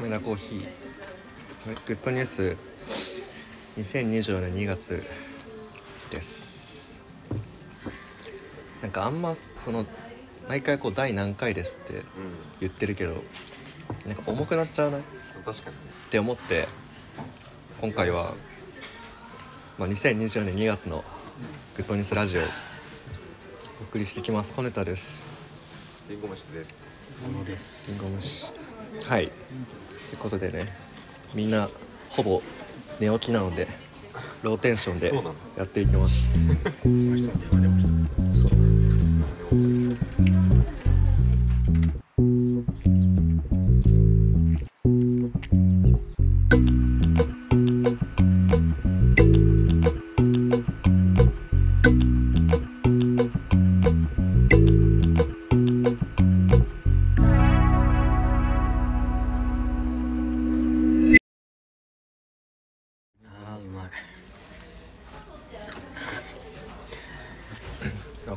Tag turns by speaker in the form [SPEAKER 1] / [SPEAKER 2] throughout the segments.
[SPEAKER 1] 梅田コーヒーグッドニュース2024年2月ですなんかあんまその毎回こう第何回ですって
[SPEAKER 2] う
[SPEAKER 1] 言ってるけどなんか重くなっちゃわないっ
[SPEAKER 2] ん確かにね
[SPEAKER 1] て思って今回は、まあ、2024年2月のグッドニュースラジオお送りしてきますコネタです
[SPEAKER 2] りんご虫です
[SPEAKER 3] ものです
[SPEAKER 1] リンゴ虫はいということでねみんなほぼ寝起きなのでローテンションで
[SPEAKER 2] そうなの
[SPEAKER 1] やっていきます
[SPEAKER 3] この人の電話でも来
[SPEAKER 1] そう
[SPEAKER 3] たあーうまい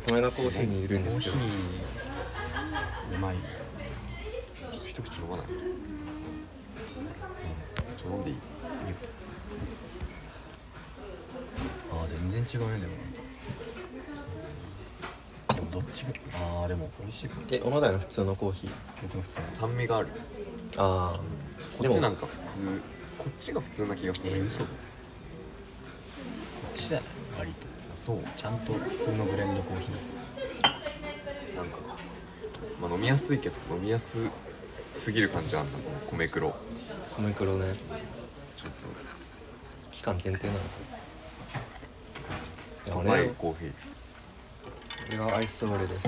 [SPEAKER 1] 米田コーヒーにいるんで
[SPEAKER 3] コー
[SPEAKER 1] すけ
[SPEAKER 3] ヒ
[SPEAKER 1] ど
[SPEAKER 3] ーうまい
[SPEAKER 2] ちょっと一口飲まない、うん、ちょっと飲んでいい
[SPEAKER 3] あー全然違うねでもでもどっちがあーでも美味しいかも
[SPEAKER 1] え小野台の普通のコーヒー
[SPEAKER 3] 僕も普通に
[SPEAKER 2] 酸味がある
[SPEAKER 1] あ
[SPEAKER 2] こっちなんか普通こっちが普通な気がす
[SPEAKER 3] え
[SPEAKER 2] る
[SPEAKER 3] ー、嘘こっちだよ割と
[SPEAKER 2] あそう
[SPEAKER 3] ちゃんと普通のブレンドコーヒー
[SPEAKER 2] なんかまあ飲みやすいけど飲みやすすぎる感じあんだこの米黒
[SPEAKER 1] あ米黒ね
[SPEAKER 2] ちょっ
[SPEAKER 1] 期間限定なのい
[SPEAKER 2] と
[SPEAKER 1] や
[SPEAKER 2] 甘い
[SPEAKER 1] 俺
[SPEAKER 2] コーヒー
[SPEAKER 1] 俺はアイスオーレです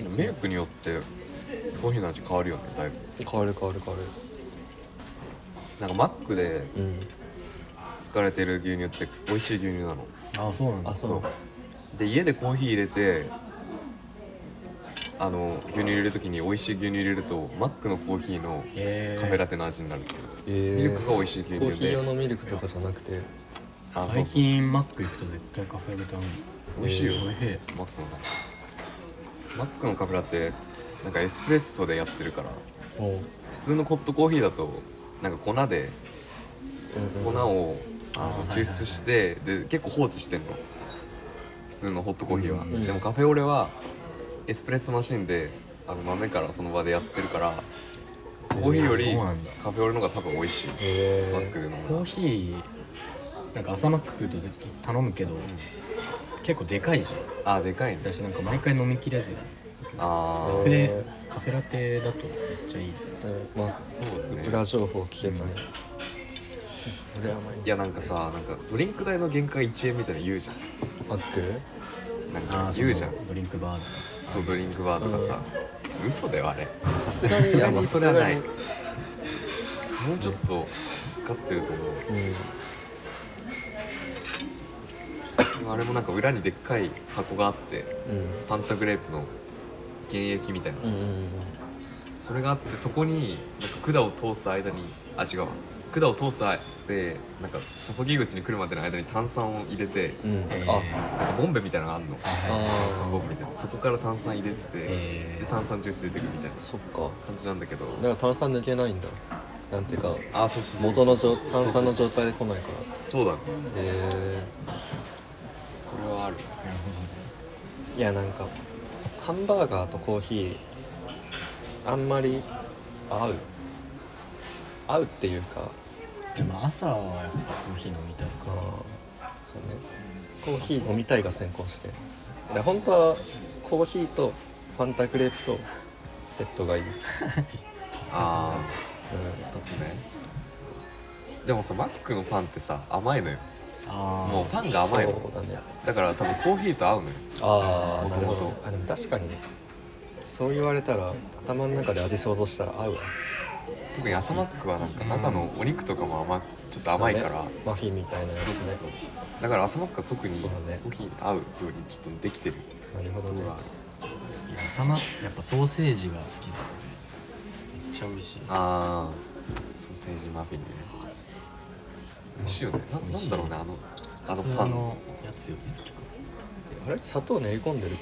[SPEAKER 1] いつ
[SPEAKER 2] ミ
[SPEAKER 1] も
[SPEAKER 2] ルクによってコーヒーの味変わるよねだいぶ
[SPEAKER 1] 変わる変わる変わ
[SPEAKER 2] なんかマックで
[SPEAKER 1] るうん
[SPEAKER 2] 使われてる牛乳って美味しい牛乳なの
[SPEAKER 3] あーそうなんだ
[SPEAKER 1] あそう
[SPEAKER 2] で家でコーヒー入れてあの牛乳入れる時に美味しい牛乳入れるとマックのコーヒーの
[SPEAKER 3] えー、
[SPEAKER 2] カフェラテの味になるっていう、
[SPEAKER 1] えー
[SPEAKER 2] ミルクが美味しい牛
[SPEAKER 1] コー
[SPEAKER 2] 乳
[SPEAKER 1] ヒ
[SPEAKER 2] で
[SPEAKER 1] ー用のミルクとかじゃなくて
[SPEAKER 2] あそう
[SPEAKER 3] 最近マック行くと絶対カフェで頼む
[SPEAKER 2] 美味しいよ
[SPEAKER 3] 美味しい
[SPEAKER 2] マックのカフェマックのカフェラテなんかエスプレッソでやってるから
[SPEAKER 1] おう
[SPEAKER 2] 普通のホットコーヒーだとなんか粉で
[SPEAKER 1] うん
[SPEAKER 2] 粉
[SPEAKER 1] うん
[SPEAKER 2] をあ
[SPEAKER 3] はいはい
[SPEAKER 2] の
[SPEAKER 3] はい
[SPEAKER 2] 抽出してで結構放置してんの普通のホットコーヒーは、
[SPEAKER 3] うん
[SPEAKER 1] うん
[SPEAKER 2] でもカフェオレはエスプレッソマシンであの豆からその場でやってるからコーヒーより
[SPEAKER 3] そうなんだ
[SPEAKER 2] カフェオレの方が多分美味しい
[SPEAKER 1] へ
[SPEAKER 2] マック
[SPEAKER 1] え
[SPEAKER 2] で飲む
[SPEAKER 3] コ
[SPEAKER 2] の
[SPEAKER 3] ーヒーなんか朝マック食うと絶対頼むけど結構でかいじゃん
[SPEAKER 2] あでかいね
[SPEAKER 3] 私なんか毎回飲みきれず
[SPEAKER 2] あ
[SPEAKER 3] カ
[SPEAKER 2] ー
[SPEAKER 3] フェカフェラテだとめっちゃいい
[SPEAKER 1] うんまあ
[SPEAKER 2] そうだね
[SPEAKER 1] 裏情報聞けない、俺はあんまり
[SPEAKER 2] いやなんかさなんかドリンク代の限界1円みたいなの言うじゃ
[SPEAKER 1] マック
[SPEAKER 2] んなん
[SPEAKER 3] あ
[SPEAKER 2] か
[SPEAKER 3] ーその
[SPEAKER 2] 言うじゃん
[SPEAKER 3] ドリンクバーとか
[SPEAKER 2] そうドリンクバーとかさ、嘘だよあれ
[SPEAKER 1] さすがに
[SPEAKER 2] さすがに
[SPEAKER 1] まあ
[SPEAKER 2] それはない
[SPEAKER 1] さ
[SPEAKER 2] も
[SPEAKER 1] す
[SPEAKER 2] うちょっとかかってると思う
[SPEAKER 1] がにうん
[SPEAKER 2] でもあれもなんか裏にでっかい箱があって
[SPEAKER 1] うん
[SPEAKER 2] パンタグレープの原液みたいな、
[SPEAKER 1] うんうん
[SPEAKER 2] それがあってそこになんか管を通す間にあ違うわ管を通す間でなんか注ぎ口に来るまでの間に炭酸を入れて、
[SPEAKER 1] うんうん、
[SPEAKER 3] え
[SPEAKER 1] あ
[SPEAKER 3] ー
[SPEAKER 2] なんかボンベみたいなのがあんの
[SPEAKER 1] あ
[SPEAKER 2] 炭酸ボンベみたいなそこから炭酸入れてて、
[SPEAKER 3] えー
[SPEAKER 2] で炭酸抽出出てくるみたいな
[SPEAKER 1] そっか
[SPEAKER 2] 感じなんだけど
[SPEAKER 1] だから炭酸抜けないんだなんていうか
[SPEAKER 2] あそうそう
[SPEAKER 1] 元の状
[SPEAKER 2] そう
[SPEAKER 1] 炭酸の
[SPEAKER 2] そう
[SPEAKER 1] 状態で来ないか
[SPEAKER 2] そうだね
[SPEAKER 1] らへえ
[SPEAKER 2] それはある
[SPEAKER 3] なる
[SPEAKER 1] いやなんかハンバーガーとコーヒーあんまり合う合うっていうか
[SPEAKER 3] ほどでも朝はやっぱコーヒー飲みたい
[SPEAKER 1] あーそうねコーヒー飲みたいが先行してで本当はコーヒーとファンタグレープとセットがいい、うん、
[SPEAKER 2] ああ2つ目でもさマックのパンってさ甘いのよ
[SPEAKER 3] あ
[SPEAKER 2] もうパンが甘いの
[SPEAKER 1] そうだね
[SPEAKER 2] だから多分コーヒーと合うのよ
[SPEAKER 1] ああ
[SPEAKER 2] 元
[SPEAKER 1] なる
[SPEAKER 2] 々
[SPEAKER 1] ほどあでも確かにねそう言われたら頭の中で味想像したら合うわ
[SPEAKER 2] 特に朝マックはなんか中のお肉とかも甘ちょっと甘いから
[SPEAKER 1] そうねマフィンみたいなやつ
[SPEAKER 2] そう
[SPEAKER 1] ね
[SPEAKER 2] そうそうだから朝マックは特に
[SPEAKER 1] そうだね
[SPEAKER 2] コーヒーと合うようにちょっとできてる
[SPEAKER 1] なるほど
[SPEAKER 2] とこ
[SPEAKER 1] ね
[SPEAKER 2] ろがある
[SPEAKER 3] いや朝マックやっぱソーセージが好きだめっちゃ美味しい
[SPEAKER 2] あーソーセージマフィンね美味しいよねななんだろうねあのあの
[SPEAKER 3] 普
[SPEAKER 2] パ
[SPEAKER 3] 通
[SPEAKER 2] ン
[SPEAKER 3] のやつより好きか
[SPEAKER 1] あれ砂糖練り込んでる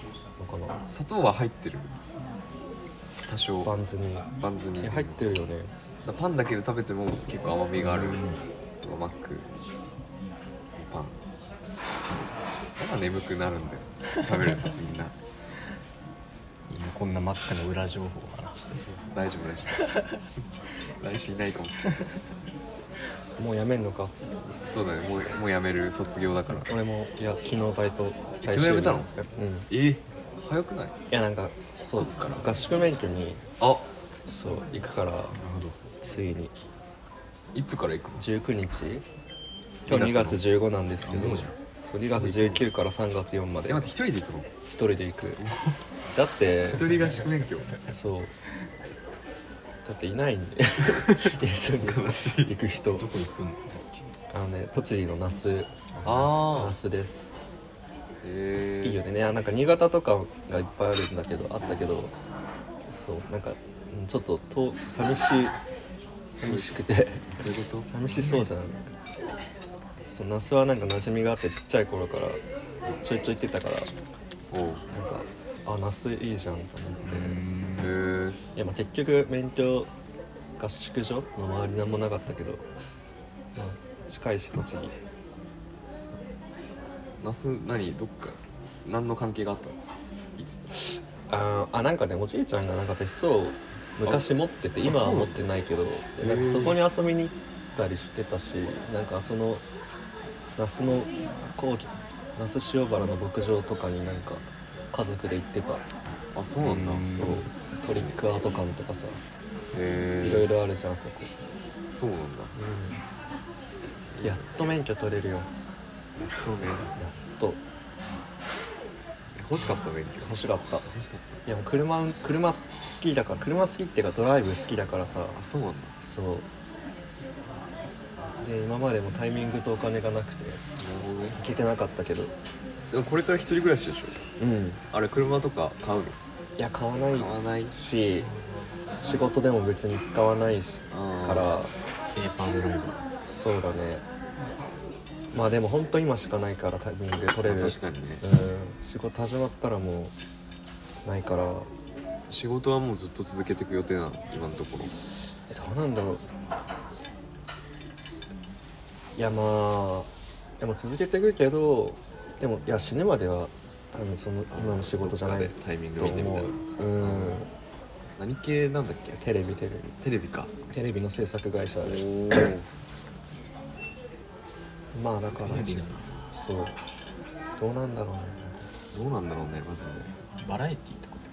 [SPEAKER 1] のかな
[SPEAKER 2] 砂糖は入ってる多少
[SPEAKER 1] バンズに
[SPEAKER 2] バンズに
[SPEAKER 1] いや入ってるよね
[SPEAKER 2] だパンだけで食べても結構甘みがある、マックパンまだ眠くなるんだよ食べるとみんな
[SPEAKER 3] 今こんな真っ赤な裏情報を話して
[SPEAKER 2] 大丈夫大丈夫来週いないかもしれない
[SPEAKER 1] もうやめんのか
[SPEAKER 2] そうだねもうもうやめる卒業だから
[SPEAKER 1] 俺もいや昨日バイト最
[SPEAKER 2] 昨日やめたの
[SPEAKER 1] うんい
[SPEAKER 2] え早くない
[SPEAKER 1] やなんかそう
[SPEAKER 2] すから
[SPEAKER 1] 合宿免許に
[SPEAKER 2] あ
[SPEAKER 1] そう行くからついに
[SPEAKER 2] いつから行くの
[SPEAKER 1] 19日今日2月15なんですけ
[SPEAKER 2] あも
[SPEAKER 1] ど
[SPEAKER 2] うじゃん
[SPEAKER 1] そう2月19から3月4まで
[SPEAKER 2] え待って一人で行くの
[SPEAKER 1] 一人で行くだって
[SPEAKER 2] 一人合宿免許
[SPEAKER 1] そうだっていないんで一緒に行く人
[SPEAKER 3] どこ行くんだっ
[SPEAKER 1] あ
[SPEAKER 3] け
[SPEAKER 1] のね栃木の那須
[SPEAKER 2] あ
[SPEAKER 1] 那
[SPEAKER 2] あ
[SPEAKER 1] 須です
[SPEAKER 2] え
[SPEAKER 1] いいよねいやなんか新潟とかがいっぱいあるんだけどあったけどそうなんかうんちょっとと寂しい寂しくて
[SPEAKER 2] そういうこと
[SPEAKER 1] 寂しそうじゃないそう那須はなんか馴染みがあってちっちゃい頃からちょいちょい行ってたから
[SPEAKER 2] おう
[SPEAKER 1] なんかあ那須いいじゃんと思って。
[SPEAKER 2] へー
[SPEAKER 1] いやまあ結局免許合宿所の周りなんもなかったけど、まあ、近いし栃木
[SPEAKER 2] 那須何どっか何の関係があったのいつ
[SPEAKER 1] あーあなんかねおじいちゃんがなんか別荘を昔持ってて今は持ってないけどでなんかそこに遊びに行ったりしてたしなんかその那須のこう那須塩原の牧場とかになんか家族で行ってたそう
[SPEAKER 2] あそうなんだそう
[SPEAKER 1] トリックアート館とかさ
[SPEAKER 2] へえ
[SPEAKER 1] いろいろあるじゃんあそこ、
[SPEAKER 2] そうなんだ
[SPEAKER 1] うん、やっと免許取れるよや
[SPEAKER 2] そうね
[SPEAKER 1] っと
[SPEAKER 2] 欲しかった勉強
[SPEAKER 1] 欲しかった
[SPEAKER 2] 欲しかっ
[SPEAKER 1] いやもう車運車好きだから車好きっていうかドライブ好きだからさ
[SPEAKER 2] たあそうなんだ
[SPEAKER 1] そうで今までもタイミングとお金がなくて
[SPEAKER 2] なるほどね
[SPEAKER 1] 行けてなかったけど
[SPEAKER 2] でもこれから一人暮らしでしょ
[SPEAKER 1] うん
[SPEAKER 2] あれ車とか買うの
[SPEAKER 1] いや買わない
[SPEAKER 2] 買わない
[SPEAKER 1] し仕事でも別に使わないし
[SPEAKER 2] あ
[SPEAKER 1] か
[SPEAKER 2] ー
[SPEAKER 1] ら
[SPEAKER 3] ペーパードライブ
[SPEAKER 1] そうだねまあでも本当今しかないからタイミング取れる
[SPEAKER 2] 確かにね
[SPEAKER 1] うん仕事始まったらもうないから
[SPEAKER 2] 仕事はもうずっと続けていく予定なの今のところ
[SPEAKER 1] えどうなんだろういやまあでも続けていくけどでもいや死ぬまでは多分その今の仕事じゃない
[SPEAKER 2] どっかでタイミン
[SPEAKER 1] と
[SPEAKER 2] グ見てみた
[SPEAKER 1] 思
[SPEAKER 2] いう
[SPEAKER 1] うん
[SPEAKER 2] 何系なんだっけ
[SPEAKER 1] テレビテレビ
[SPEAKER 2] テレビか
[SPEAKER 1] テレビの制作会社で
[SPEAKER 2] お
[SPEAKER 1] まあだから
[SPEAKER 3] テレビだな
[SPEAKER 1] そうどうなんだろうね
[SPEAKER 2] どうなんだろうねまずね
[SPEAKER 3] バラエティとかって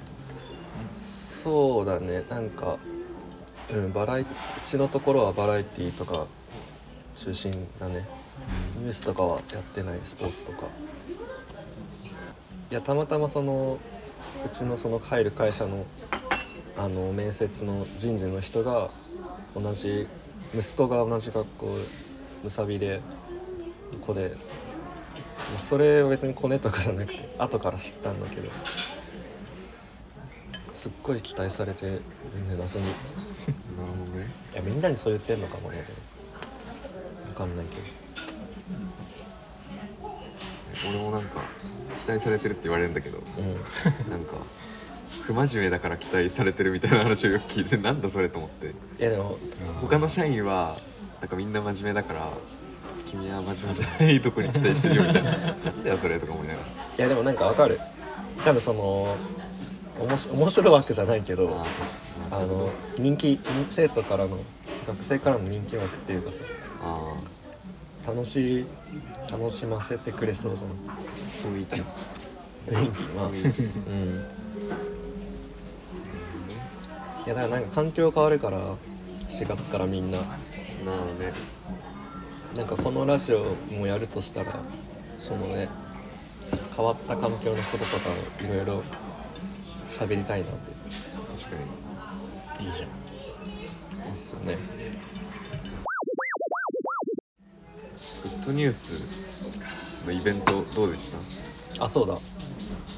[SPEAKER 3] こ
[SPEAKER 1] そうだねなんかうんバラエうちのところはバラエティーとか中心だねニュースとかはやってないスポーツとかいやたまたまそのうちのその入る会社のあの面接の人事の人が同じ息子が同じ学校むさびで子でもうそれは別にコネとかじゃなくて後から知ったんだけどすっごい期待されてるね謎にい
[SPEAKER 2] なるほどね
[SPEAKER 1] やみんなにそう言ってんのかもね分かんないけど
[SPEAKER 2] 俺もなんか期待されてるって言われるんだけど、なんか不真面目だから期待されてるみたいな話をよく聞いてなんだそれと思って
[SPEAKER 1] いやでも
[SPEAKER 2] 他の社員はなんかみんな真面目だから君は真面目じゃないとこに期待してるよみた いななんだよそれとか思いながら
[SPEAKER 1] いやでもなんかわかる多分そのおもし面白いわけじゃないけど
[SPEAKER 2] あ
[SPEAKER 1] あの人気生徒からの学生からの人気枠っていうかさ
[SPEAKER 2] あ
[SPEAKER 1] 楽しい楽しませてくれそうじゃ
[SPEAKER 2] 雰囲気
[SPEAKER 1] ん雰囲気はうんいやだからなんか環境変わるから4月からみんな
[SPEAKER 2] なのね
[SPEAKER 1] なんかこのラジオもやるとしたらそのね変わった環境のこととかをいろいろ喋りたいなって
[SPEAKER 2] 確かに
[SPEAKER 3] といいじゃん
[SPEAKER 1] いいっすよね
[SPEAKER 2] グッドニュースのイベントどうでした
[SPEAKER 1] あそうだ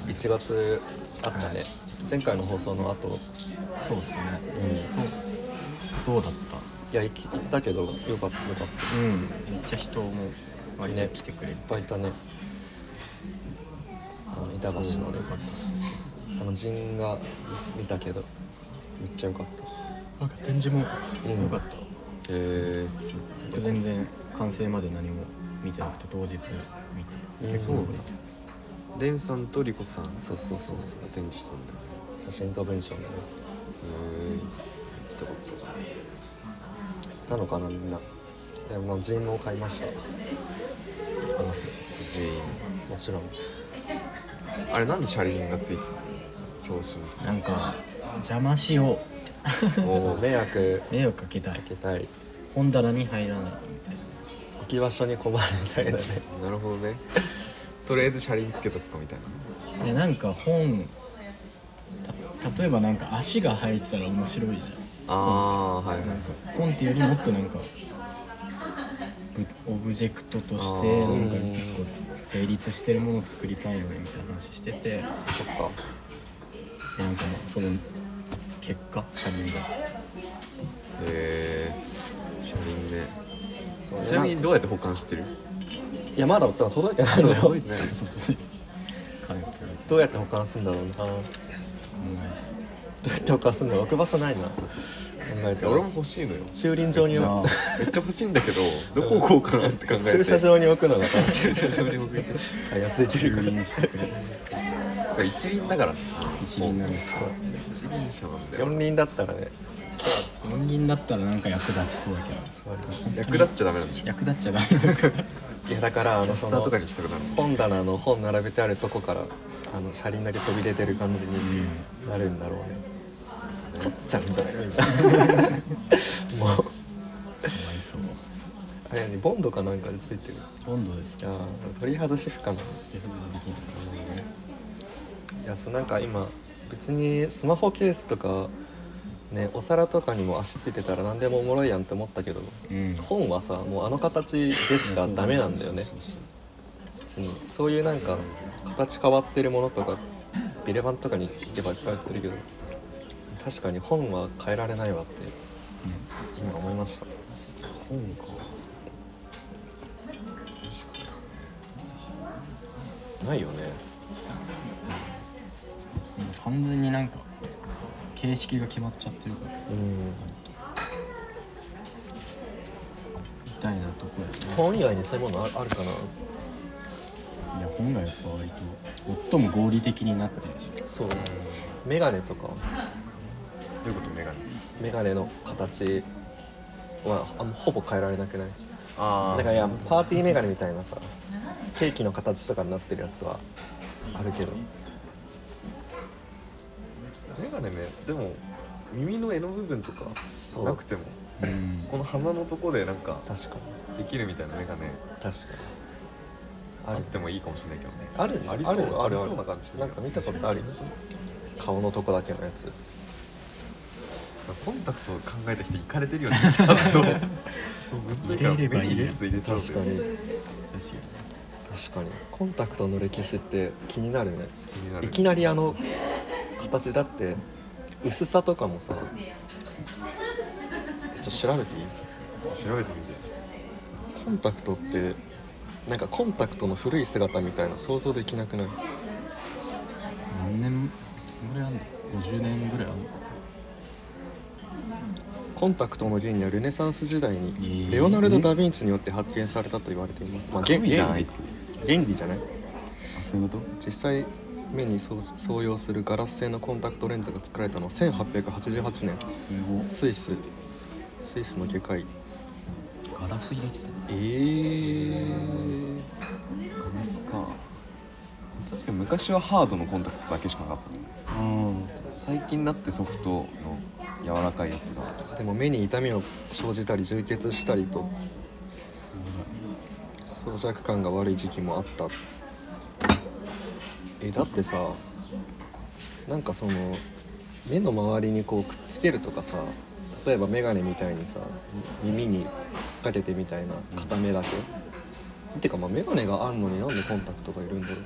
[SPEAKER 1] 1月あったね前回の放送の後
[SPEAKER 3] そうですね
[SPEAKER 1] うんい
[SPEAKER 3] どうだった
[SPEAKER 1] や行き行ったけどよかったよかったいっ
[SPEAKER 3] うんめっちゃ人も割
[SPEAKER 1] ね
[SPEAKER 3] と来てくれる
[SPEAKER 1] ぱいいたねあの板橋のね
[SPEAKER 3] よかったっす
[SPEAKER 1] あの陣が見たけどめっちゃ良かった
[SPEAKER 3] なんか展示も良かった、
[SPEAKER 1] へえ
[SPEAKER 3] 全然完成まで何も見てなくて当日見て結構多かった
[SPEAKER 4] レンさんとリコさん
[SPEAKER 1] そうそうそうそう
[SPEAKER 4] が展示したんだよね
[SPEAKER 1] 写真と文章だね
[SPEAKER 4] へえ行きたかった
[SPEAKER 1] なのかなみんなでもジーンも買いました
[SPEAKER 4] あの寺院
[SPEAKER 1] もちろん
[SPEAKER 4] あれなんで車輪がついてたの表紙の
[SPEAKER 3] なんか邪魔しよう
[SPEAKER 1] そう迷惑
[SPEAKER 3] 迷惑かけたい
[SPEAKER 1] かけたい
[SPEAKER 3] 本棚に入らないみたいな
[SPEAKER 1] 置き場所に困るみたいなね
[SPEAKER 4] なるほどねとりあえず車輪つけとくかみたいな
[SPEAKER 3] えなんか本た例えばなんか足が入ってたら面白いじ
[SPEAKER 4] ああーはいはいはい
[SPEAKER 3] ゃん本っていうよりもっとなんかぶオブジェクトとしてなんか結構成立してるものを作りたいよねみたいな話しててで
[SPEAKER 1] そっか
[SPEAKER 3] なんかその結果車輪が
[SPEAKER 4] へえ車輪ね
[SPEAKER 1] そう
[SPEAKER 4] ちなみにどうやって保管してる
[SPEAKER 1] いやまだ届いてないのよ
[SPEAKER 4] てない
[SPEAKER 3] そこに彼って言われ て
[SPEAKER 1] どうやって保管するんだろうなどうやって保管するんだろう置く場所ないな考えて
[SPEAKER 4] 俺も欲しいのよ
[SPEAKER 1] 駐輪場に
[SPEAKER 3] じゃあ
[SPEAKER 1] 置く
[SPEAKER 4] めっちゃ欲しいんだけどどこ置こうかなって考えて
[SPEAKER 1] 駐車場に置くのが楽しい
[SPEAKER 4] 駐車場に置いて
[SPEAKER 1] 開発できる
[SPEAKER 3] 駐
[SPEAKER 1] から
[SPEAKER 3] 輪してくれる
[SPEAKER 4] 一輪だから
[SPEAKER 3] 一輪 なんですよ
[SPEAKER 4] 一輪車なんだよ
[SPEAKER 1] 四輪だったらね
[SPEAKER 3] 四輪だったらなんか役立ちそうだ けど
[SPEAKER 4] 役立っちゃダメなんでしょ
[SPEAKER 3] 役立っちゃダメだから
[SPEAKER 1] いやだからあの
[SPEAKER 4] ス
[SPEAKER 1] そ
[SPEAKER 4] ター
[SPEAKER 1] の
[SPEAKER 4] とかにしたくなる
[SPEAKER 1] 本棚の本並べてあるとこからあの車輪だけ飛び出てる感じになるんだろうね取っちゃうんじ ゃないか今もう
[SPEAKER 3] かわいそう
[SPEAKER 1] あれやねボンドかなんかでついてる
[SPEAKER 3] 温度です
[SPEAKER 1] い
[SPEAKER 3] か
[SPEAKER 1] やー取り外し不可能いやそうなんか今別にスマホケースとかねお皿とかにも足ついてたら何でもおもろいやんって思ったけど、
[SPEAKER 3] うん
[SPEAKER 1] 本はさもうあの形でしかダメなんだよね別にそういうなんか形変わってるものとかビレバンとかに行けばいっぱい売ってるけど確かに本は変えられないわって今思いました
[SPEAKER 4] 本かないよね
[SPEAKER 3] 完全になんか形式が決まっちゃってるから
[SPEAKER 1] うん
[SPEAKER 3] みたいなとこや
[SPEAKER 1] 本以外にそういうものああるかな
[SPEAKER 3] ないや本がやっぱ割と最も合理的になって
[SPEAKER 1] そうメガネとか
[SPEAKER 4] どういうことメガネ
[SPEAKER 1] メガネの形はあんまほぼ変えられなくない
[SPEAKER 4] あ
[SPEAKER 1] だからいやパーティーメガネみたいなさケーキの形とかになってるやつはあるけど
[SPEAKER 4] メガネねでも耳の柄の部分とか
[SPEAKER 1] そう
[SPEAKER 4] なくても
[SPEAKER 3] うん
[SPEAKER 4] この鼻のとこでなんか
[SPEAKER 1] 確か
[SPEAKER 4] で
[SPEAKER 1] に
[SPEAKER 4] きるみたいなメガネ
[SPEAKER 1] 確かにあ
[SPEAKER 4] あっ
[SPEAKER 1] る
[SPEAKER 4] てもいいかもしれないけどね
[SPEAKER 1] ある
[SPEAKER 4] あり
[SPEAKER 1] ある
[SPEAKER 4] そう
[SPEAKER 1] ある
[SPEAKER 4] ありそうな感じする
[SPEAKER 1] なんか見たことあるよ顔のとこだけのやつ
[SPEAKER 4] コンタクト考えた人いかれて るよねちゃんと
[SPEAKER 3] 入れれば
[SPEAKER 4] 目にレンズ入れちゃうんだ
[SPEAKER 1] 確か
[SPEAKER 4] よね
[SPEAKER 1] に
[SPEAKER 3] 確か
[SPEAKER 1] 確かにコンタクトの歴史って気になるね
[SPEAKER 4] 気にないる
[SPEAKER 1] きなりあの形だって薄さとかもさえちょっと調べていい
[SPEAKER 4] 調べてみて
[SPEAKER 1] コンタクトってなんかコンタクトの古い姿みたいな想像できなくない
[SPEAKER 3] に何年ぐらいあんの50年ぐらいあんの
[SPEAKER 1] コンタクトの原理はルネサンス時代
[SPEAKER 3] え
[SPEAKER 1] に
[SPEAKER 3] ー
[SPEAKER 1] レオナルド・ダ・ヴィンチによって発見されたと言われています、まあ、原
[SPEAKER 4] 神じゃんあい
[SPEAKER 1] 理
[SPEAKER 4] つ
[SPEAKER 1] 原理じゃない
[SPEAKER 3] あそういうこと
[SPEAKER 1] 実際目にそう相用するガラス製のコンタクトレンズが作られたのは1888年
[SPEAKER 3] すご
[SPEAKER 1] スイススイスの外科医
[SPEAKER 3] いガラス入れてた
[SPEAKER 1] ええ
[SPEAKER 4] ガラスか確かに昔はハードのコンタクトだけしかなかったもんね
[SPEAKER 3] うん
[SPEAKER 4] 最近になってソフトの柔らかいやつが
[SPEAKER 1] でも目に痛みを生じたり充血したりと装着感が悪い時期もあったえだってさなんかその目の周りにこうくっつけるとかさ例えば眼鏡みたいにさ耳にかけてみたいな片目だけ、てかまあ眼鏡があるのになんでコンタクトがいるんだろう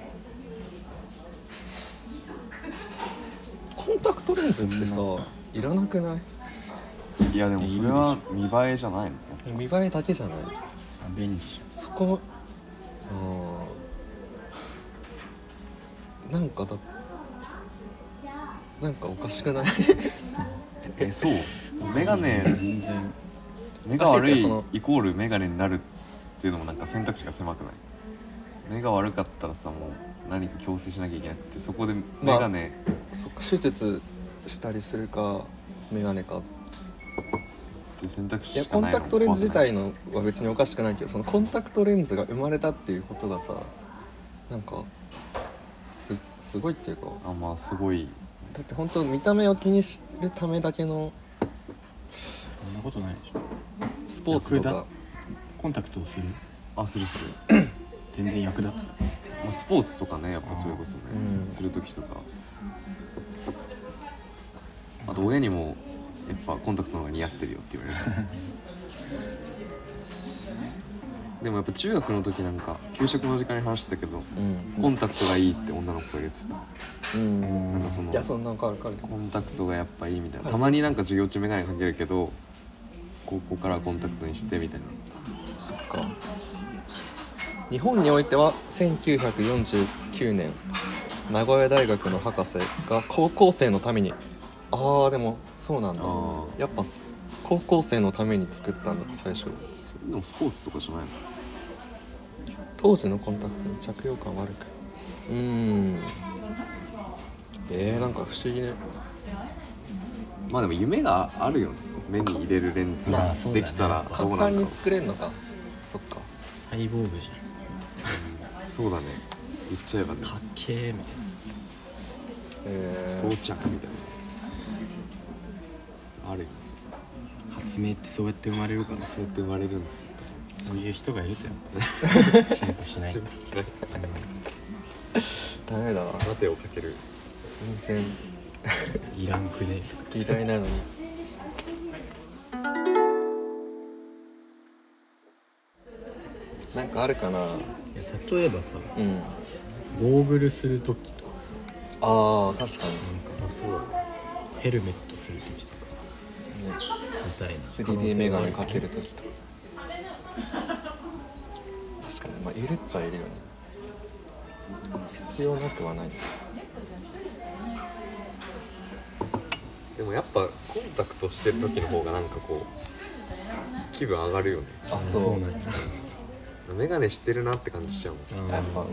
[SPEAKER 1] コンタクトレンズってさいらなくない
[SPEAKER 2] いやでもそれは見栄えじゃないの
[SPEAKER 1] 見栄えだけじゃない
[SPEAKER 3] あ便利じ
[SPEAKER 1] そこ うんなんかだなんかおかしくない
[SPEAKER 2] えそうメガネ
[SPEAKER 3] 全然
[SPEAKER 2] 目が悪
[SPEAKER 1] 足って
[SPEAKER 2] い
[SPEAKER 1] その
[SPEAKER 2] イコールメガネになるっていうのもなんか選択肢が狭くない目が悪かったらさもう何か矯正しなきゃいけなくてそこでメガネ、
[SPEAKER 1] そっか手術したりするか眼鏡か
[SPEAKER 2] っていう選択
[SPEAKER 1] い
[SPEAKER 2] 肢
[SPEAKER 1] や
[SPEAKER 2] しか
[SPEAKER 1] コン
[SPEAKER 2] ない
[SPEAKER 1] タクトレンズ自
[SPEAKER 2] 怖くない
[SPEAKER 1] 体のは別におかしくないけどそのコンタクトレンズが生まれたっていうことがさなんかすすごいっていうか
[SPEAKER 2] あまあすごい
[SPEAKER 1] だって本当見た目を気にするためだけの
[SPEAKER 3] そんなことないでしょ
[SPEAKER 1] スポーツと
[SPEAKER 3] 楽
[SPEAKER 1] か
[SPEAKER 3] だコンタクトをする
[SPEAKER 2] あするする、
[SPEAKER 3] 全然役立つ
[SPEAKER 2] まあ、スポーツとかねやっぱそれこそね、
[SPEAKER 1] うん
[SPEAKER 2] する時とかあと親にもやっぱコンタクトの方が似合ってるよって言わ れるでもやっぱ中学の時なんか給食の時間に話してたけど
[SPEAKER 1] うん
[SPEAKER 2] コンタクトがいいって女の子が言ってた
[SPEAKER 1] うん
[SPEAKER 2] なんかその
[SPEAKER 1] いやそんなんかわかる
[SPEAKER 2] コンタクトがやっぱいいみたいなたまになんか授業中眼鏡かけるけど高校からはコンタクトにしてみたいな
[SPEAKER 1] そっか日本においては1949年名古屋大学の博士が高校生のためにああでもそうなんだ
[SPEAKER 2] あー
[SPEAKER 1] やっぱ高校生のために作ったんだ最初
[SPEAKER 2] それでもスポーツとかじゃないの
[SPEAKER 1] 当時のコンタクトの着用感悪くうーんえー、なんか不思議ね
[SPEAKER 2] まあでも夢があるよね目に入れるレンズ
[SPEAKER 3] ま
[SPEAKER 2] が
[SPEAKER 3] あそう
[SPEAKER 2] で
[SPEAKER 3] だね
[SPEAKER 2] きたらど
[SPEAKER 1] 簡
[SPEAKER 2] うな
[SPEAKER 1] 単
[SPEAKER 2] る
[SPEAKER 1] に
[SPEAKER 2] か
[SPEAKER 1] 作れんのかそっか
[SPEAKER 3] サイボーグじゃん
[SPEAKER 2] そうだね言っちゃえばね
[SPEAKER 3] かっけーみたい
[SPEAKER 1] えー、
[SPEAKER 2] 装着みたいなあるよねそ
[SPEAKER 3] な発明ってそうやって生まれるか
[SPEAKER 2] う
[SPEAKER 3] ら
[SPEAKER 2] そうやって生まれるんですよ
[SPEAKER 3] そういう人がいるとや っぱ進歩しない
[SPEAKER 2] 心配しない
[SPEAKER 1] ダメだわ
[SPEAKER 2] 待てをかける
[SPEAKER 1] 全然
[SPEAKER 3] いらんくねとか
[SPEAKER 1] 嫌いなのになんかあるかない
[SPEAKER 3] や例えばさ
[SPEAKER 1] うん
[SPEAKER 3] ゴーグルする時とか
[SPEAKER 1] あー確か
[SPEAKER 3] なんかまあそうヘルメットする時とか
[SPEAKER 1] に、ね、
[SPEAKER 3] みたいな
[SPEAKER 1] 3D メガネかけるときとか確かにまあいるっちゃいるよね必要なくはない
[SPEAKER 2] でもやっぱコンタクトしてる時の方がなんかこう気分上がるよね
[SPEAKER 1] あそ
[SPEAKER 3] そ
[SPEAKER 1] うう
[SPEAKER 3] そうなんや
[SPEAKER 2] 眼鏡してるなって感じしちゃうもん
[SPEAKER 1] やっぱうん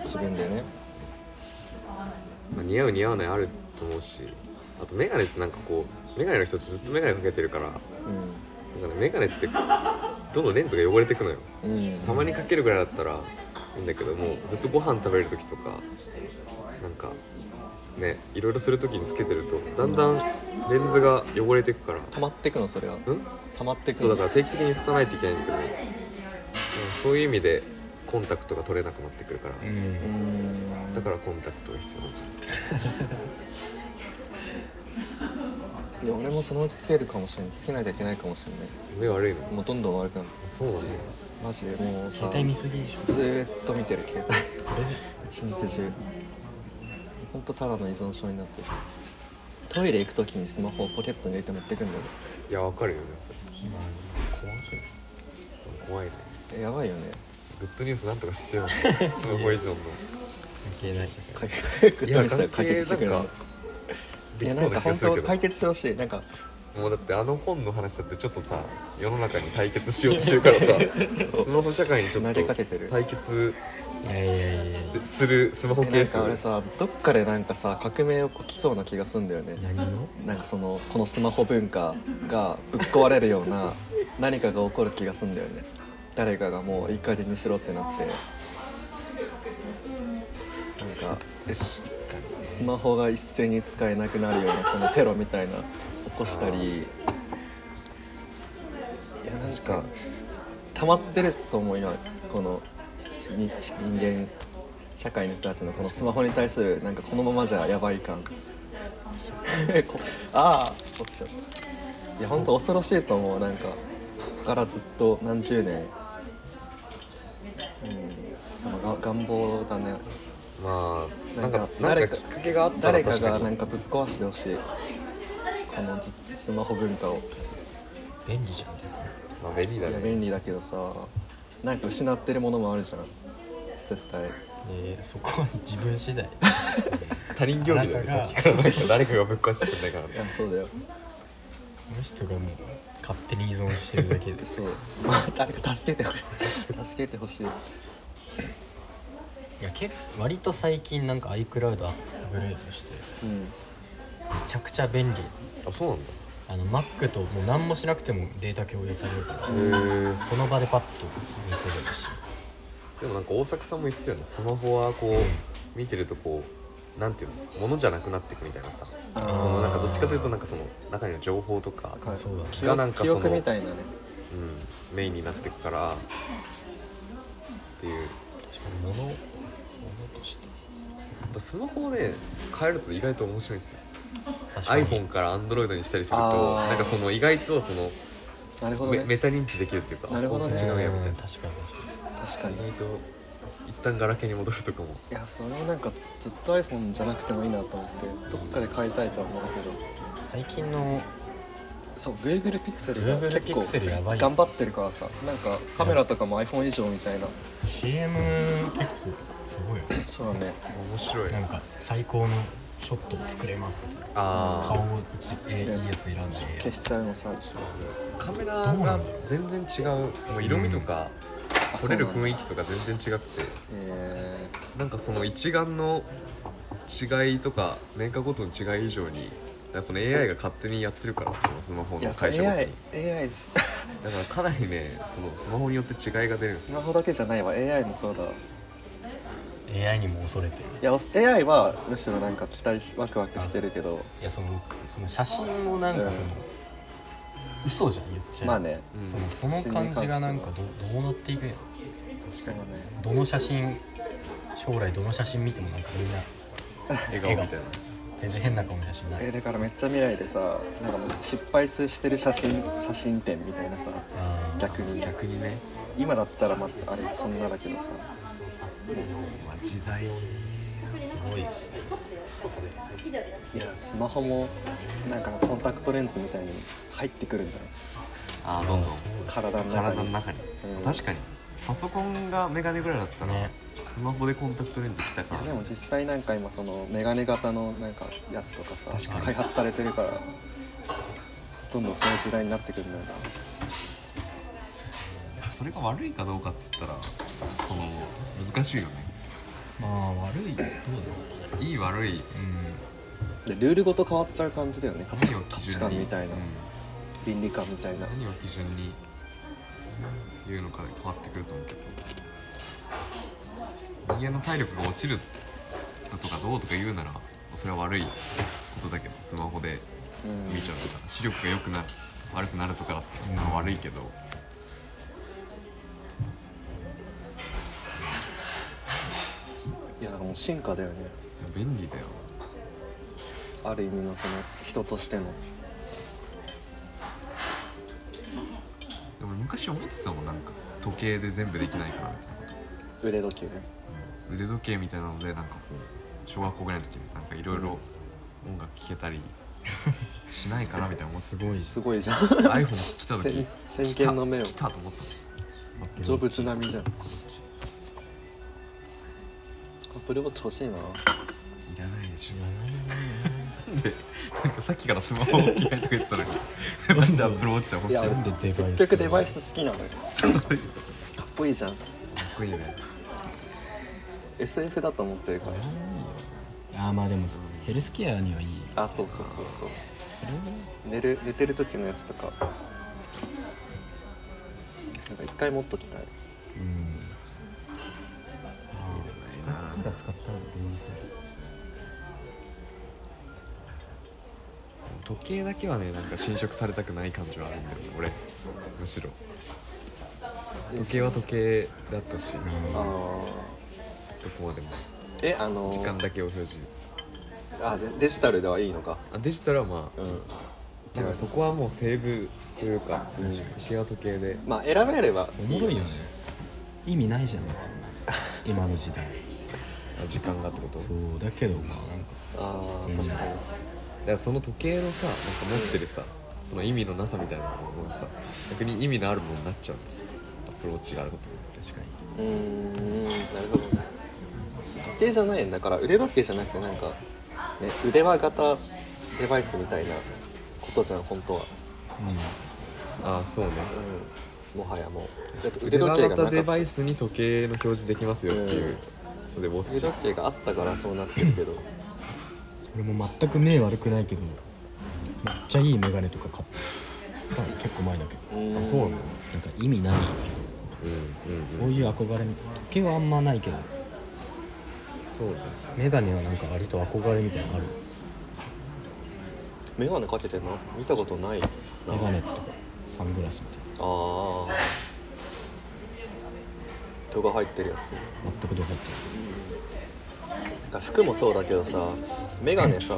[SPEAKER 1] 自分でね
[SPEAKER 2] まあ、似合う似合わないあると思うしあと眼鏡ってなんかこう眼鏡の人ってずっと眼鏡かけてるからだか
[SPEAKER 1] う
[SPEAKER 2] ら眼鏡ってどんどんレンズが汚れてくのよ
[SPEAKER 1] んうん
[SPEAKER 2] たまにかけるぐらいだったらいいんだけどもずっとご飯食べる時とかなんかねいろいろする時につけてるとだんだんレンズが汚れてくから
[SPEAKER 1] 溜まってくのそれは
[SPEAKER 2] うん
[SPEAKER 1] 溜まってく
[SPEAKER 2] そうだ
[SPEAKER 1] の
[SPEAKER 2] から定期的に拭かないといけないんだけど、ね、そういう意味でコンタクトが取れなくなってくるから
[SPEAKER 3] う
[SPEAKER 1] う
[SPEAKER 3] ん
[SPEAKER 1] ん
[SPEAKER 2] だからコンタクトが必要なんじゃない
[SPEAKER 1] いや俺もそのうちつけるかもしれないつけないといけないかもしれな
[SPEAKER 2] 目悪いの
[SPEAKER 1] いもうどんどん悪くなる
[SPEAKER 2] そうなんだ
[SPEAKER 1] マジでもうさ
[SPEAKER 3] 絶対見すぎでしょ
[SPEAKER 1] ずーっと見てる携帯
[SPEAKER 3] それ
[SPEAKER 1] 一日中ほんとただの依存症になってるトイレ行く時にスマホをポケットに入れて持ってくんだよ
[SPEAKER 2] いやわかるよねそれ
[SPEAKER 3] 怖くない
[SPEAKER 2] 怖いね
[SPEAKER 1] えやばいよね
[SPEAKER 2] グッドニュースなんとか知ってよ スマホ依存の
[SPEAKER 3] 関係ないじゃん
[SPEAKER 1] 解決
[SPEAKER 2] いや
[SPEAKER 1] したら解決してくれる
[SPEAKER 2] 関
[SPEAKER 1] い
[SPEAKER 2] で
[SPEAKER 1] や
[SPEAKER 2] き
[SPEAKER 1] な
[SPEAKER 2] そ
[SPEAKER 1] ん
[SPEAKER 2] う
[SPEAKER 1] か
[SPEAKER 2] な気が
[SPEAKER 1] 本
[SPEAKER 2] する
[SPEAKER 1] 当
[SPEAKER 2] け
[SPEAKER 1] 解
[SPEAKER 2] ど
[SPEAKER 1] 決してほしいなんか
[SPEAKER 2] もうだってあの本の話だってちょっとさ世の中に対決しようとしてるからさ スマホ社会にちょ
[SPEAKER 1] 投
[SPEAKER 2] っ
[SPEAKER 1] げ
[SPEAKER 2] と
[SPEAKER 1] かけてる
[SPEAKER 2] 対決
[SPEAKER 3] いやいやいや
[SPEAKER 2] するスマホケ
[SPEAKER 1] えな
[SPEAKER 2] ー
[SPEAKER 1] ん
[SPEAKER 2] ス
[SPEAKER 1] か俺さどっかでなんかさ革命起きそうな気がすんだよね
[SPEAKER 3] 何の
[SPEAKER 1] なんかそのこのスマホ文化がぶっ壊れるような 何かが起こる気がすんだよね誰かがもういい加減にしろってなってなんかスマホが一斉に使えなくなるようなこのテロみたいな起こしたりいやなんか溜まってると思うよこのに人間社会の人たちのこのスマホに対するなんかこのままじゃやばい感 こああ落ちちゃったいや本当恐ろしいと思うなんかここからずっと何十年うんでもが願望だね
[SPEAKER 2] まあなんかな
[SPEAKER 1] 誰
[SPEAKER 2] ん
[SPEAKER 1] か
[SPEAKER 2] かきっかけがあったら
[SPEAKER 1] 誰か
[SPEAKER 2] 確か
[SPEAKER 1] が
[SPEAKER 2] に
[SPEAKER 1] なんかぶっ壊してほしいこのずスマホ文化を
[SPEAKER 3] 便利じゃんだよ
[SPEAKER 2] まあ便利だ
[SPEAKER 1] いや
[SPEAKER 2] ね
[SPEAKER 1] 便利だけどさなんか失ってるものもあるじゃん絶対
[SPEAKER 3] えーそこは自分次第
[SPEAKER 2] 他人行儀だよね
[SPEAKER 3] あな
[SPEAKER 2] さ
[SPEAKER 3] たが
[SPEAKER 2] っきからなんか誰かがぶっ壊してくんないからね
[SPEAKER 1] やそうだよ
[SPEAKER 3] この人がもう勝手に依存してるだけで
[SPEAKER 1] そうまあ誰か助けてほし い助けてほしい
[SPEAKER 3] いや結構割と最近なんか iCloud アップグレードして
[SPEAKER 1] うん
[SPEAKER 3] めちゃくちゃ便利
[SPEAKER 2] あそうなんだ
[SPEAKER 3] あの Mac ともう何もしなくてもデータ共有されるから
[SPEAKER 2] へ
[SPEAKER 3] その場でパッと見せれるし
[SPEAKER 2] でもなんか大作さんも言ってたよねスマホはこう見てるとこうなんていうのものじゃなくなってくみたいなさ
[SPEAKER 1] あ
[SPEAKER 2] そ
[SPEAKER 1] ー
[SPEAKER 2] のなんかどっちかというとなんかその中にの情報とか、
[SPEAKER 1] はい
[SPEAKER 3] そうだね
[SPEAKER 1] 記憶
[SPEAKER 2] がなんか
[SPEAKER 1] 記
[SPEAKER 2] その
[SPEAKER 1] 憶みたいなね
[SPEAKER 2] うん、メインになってくからっていう
[SPEAKER 3] 確かに物物として
[SPEAKER 2] だからスマホをね変えると意外と面白いんですよ
[SPEAKER 3] 確かに
[SPEAKER 2] iPhone から Android にしたりすると
[SPEAKER 1] あー
[SPEAKER 2] なんかその意外とその
[SPEAKER 1] なるほど
[SPEAKER 2] メメ
[SPEAKER 1] ね
[SPEAKER 2] タ認知できるっていうか
[SPEAKER 1] なるほどね
[SPEAKER 2] あこう違うやみたい
[SPEAKER 3] うん
[SPEAKER 2] な
[SPEAKER 3] 確かに確かに
[SPEAKER 1] 確かに
[SPEAKER 2] 意外と一旦ガラケーに戻るとかも
[SPEAKER 1] いやそれはなんかずっと iPhone じゃなくてもいいなと思ってどっかで買いたいとは思うけど
[SPEAKER 3] 最近の
[SPEAKER 1] そう Google Pixel が
[SPEAKER 3] Google
[SPEAKER 1] 結構
[SPEAKER 3] Pixel やばいよ
[SPEAKER 1] 頑張ってるからさなんかカメラとかも iPhone 以上みたいな
[SPEAKER 3] CM 結構すごいよね
[SPEAKER 1] そうだね
[SPEAKER 2] 面白い
[SPEAKER 3] なんか最高のショットを作れますみたいな
[SPEAKER 2] あ
[SPEAKER 3] 顔
[SPEAKER 2] ー
[SPEAKER 3] を一えいいやつ選んで
[SPEAKER 1] 消しちゃうのさ
[SPEAKER 2] カメラ
[SPEAKER 3] どうな
[SPEAKER 2] が
[SPEAKER 3] んだろ
[SPEAKER 2] 全然違うもう色味とか
[SPEAKER 1] あ
[SPEAKER 2] 撮れる
[SPEAKER 1] そうなん
[SPEAKER 2] 雰
[SPEAKER 1] だ
[SPEAKER 2] 囲気とか全然違くて
[SPEAKER 1] え
[SPEAKER 2] なんかその一眼の違いとかメーカーごとの違い以上にだからその AI が勝手にやってるからそのスマホ
[SPEAKER 1] ー、いや
[SPEAKER 2] の
[SPEAKER 1] そう
[SPEAKER 2] 会社ごと
[SPEAKER 1] AI,
[SPEAKER 2] に
[SPEAKER 1] AI です
[SPEAKER 2] だからかなりねそのスマホによって違いが出るんです
[SPEAKER 1] ス
[SPEAKER 2] よ
[SPEAKER 1] マホだけじゃないわ AI もそうだわい
[SPEAKER 3] AI にも恐れてる
[SPEAKER 1] や AI はむしろなんか期待しワクワクしてるけど
[SPEAKER 3] いやそのその写真もなんかその、
[SPEAKER 1] うん
[SPEAKER 3] 嘘じゃん言っちゃえば
[SPEAKER 1] まあね
[SPEAKER 3] そのその感じがなんかどどうなっていくんや
[SPEAKER 1] そうだね
[SPEAKER 3] ろどの写真将来どの写真見てもなんかみんな
[SPEAKER 2] 笑顔みたいな
[SPEAKER 3] 全然変な顔の写真ない
[SPEAKER 1] えーだからめっちゃ未来でさなんかもう失敗すしてる写真写真展みたいなさ
[SPEAKER 3] あー
[SPEAKER 1] 逆に
[SPEAKER 2] 逆にね
[SPEAKER 1] 今だったらまあれそんなだけどさ
[SPEAKER 2] まあ時代をね
[SPEAKER 3] すごいですね
[SPEAKER 1] いやスマホもなんかコンタクトレンズみたいに入ってくるんじゃない
[SPEAKER 2] ああどんどん
[SPEAKER 1] 体の中に
[SPEAKER 2] 体の中に、
[SPEAKER 1] うん
[SPEAKER 2] 確かにパソコンがメガネぐらいだったら、
[SPEAKER 3] ね
[SPEAKER 2] スマホでコンタクトレンズきたか
[SPEAKER 1] でも実際なんか今そのメガネ型のなんかやつとかさ
[SPEAKER 3] かに
[SPEAKER 1] 開発されてるからどんどんそういう時代になってくるんだよな
[SPEAKER 2] それが悪いかどうかって言ったらその難しいよね
[SPEAKER 3] まあ悪いどうだろ
[SPEAKER 2] いい悪い
[SPEAKER 3] うん
[SPEAKER 1] でルールごと変わっちゃう感じだよね価値
[SPEAKER 2] 何を
[SPEAKER 1] 価
[SPEAKER 2] 基
[SPEAKER 1] 値
[SPEAKER 2] 準
[SPEAKER 1] 観
[SPEAKER 2] に
[SPEAKER 1] みたいな、
[SPEAKER 2] うん
[SPEAKER 1] 倫理観みたいな
[SPEAKER 2] 何を基準に言うのかで変わってくると思うけど人間の体力が落ちるだとかどうとか言うならそれは悪いことだけどスマホでずっと見ちゃうとか、視力が良くなる悪くなるとかだったらそれは悪いけど、
[SPEAKER 1] いやだからもう進化だよね
[SPEAKER 2] 便利だよ
[SPEAKER 1] ある意味のその人としての
[SPEAKER 2] でも昔思ってたもんなんか時計で全部できないからみたいなこと
[SPEAKER 1] 腕時計ね
[SPEAKER 2] 腕時計みたいなのでなんかこう小学校ぐらいの時になんかいろいろ音楽聴けたりしないかなみたいな思って
[SPEAKER 3] す
[SPEAKER 2] て
[SPEAKER 3] ごい
[SPEAKER 1] すごいじ ゃん
[SPEAKER 2] iPhone 来た時
[SPEAKER 1] 先先見の目を
[SPEAKER 2] 来た来たと思ったの
[SPEAKER 1] ジョブズ並みじゃんアップルウォッチ欲しいない
[SPEAKER 2] らないでしょでなんかさっきからスマホを着替えとか言ってたのになんでアップルウォッチは欲しいの
[SPEAKER 3] なん
[SPEAKER 2] かっ
[SPEAKER 3] でデバイス
[SPEAKER 1] 結局デバイス好きなの よかっこいいじゃん
[SPEAKER 2] こいいね
[SPEAKER 1] SF だと思ってるから
[SPEAKER 3] あーまあでもヘルスケアにはいい
[SPEAKER 1] あそうそうそうそう
[SPEAKER 3] それは
[SPEAKER 1] 寝る寝てる時のやつとかなんか一回持っときたい
[SPEAKER 3] うんあー手が使ったら便利そう
[SPEAKER 2] 時計だけはねなんか侵食されたくない感じはあるんだよね俺むしろ時計は時計だったしい
[SPEAKER 1] あー
[SPEAKER 2] どこまでも
[SPEAKER 1] えあのー
[SPEAKER 2] 時間だけを表示
[SPEAKER 1] あデデジタルではいいのか
[SPEAKER 2] あデジタルはまあ
[SPEAKER 1] うん
[SPEAKER 2] なんかそこはもうセーブというか、時計は時計で
[SPEAKER 1] まあ選べれば
[SPEAKER 3] おもろいよね意味ないじ ゃん今の時代
[SPEAKER 2] あ時間がってことだか
[SPEAKER 3] そうだけどまあなんか
[SPEAKER 1] あー確かに
[SPEAKER 2] らその時計のさなんか持ってるさその意味のなさみたいなのがさ逆に意味のあるものになっちゃうんですよアップローチがあることによって確か
[SPEAKER 1] うーんなるほどね時計じゃないんだから腕時計じゃなくてなんか腕輪型デバイスみたいなことじゃん本当は、
[SPEAKER 2] ああそうね
[SPEAKER 1] うん、もはやもうだって腕
[SPEAKER 2] 腕
[SPEAKER 1] 時
[SPEAKER 2] 時
[SPEAKER 1] 計が
[SPEAKER 2] 計型
[SPEAKER 1] な
[SPEAKER 2] デ
[SPEAKER 1] かっ
[SPEAKER 2] バイスに時計の表示できますよっていうのでウォ
[SPEAKER 1] た
[SPEAKER 2] ッ
[SPEAKER 1] 腕
[SPEAKER 2] チ
[SPEAKER 1] 時計があったからそうなってるけど
[SPEAKER 3] 俺も全く目悪くないけどめっちゃいいメガネとか買った、結構前だけど
[SPEAKER 1] うん
[SPEAKER 3] なんだなんか意味ない
[SPEAKER 2] うんうん
[SPEAKER 3] そういう憧れみ時計はあんまないけど
[SPEAKER 2] そうね
[SPEAKER 3] メガネはなんか割と憧れみたいなのある
[SPEAKER 1] 眼鏡かけてな見たことないな
[SPEAKER 3] メガネとかサングラスみ
[SPEAKER 1] あ
[SPEAKER 3] たい
[SPEAKER 1] あ人が入ってるやつね
[SPEAKER 3] な全くどうかって
[SPEAKER 1] なんか服もそうだけどさ眼鏡さ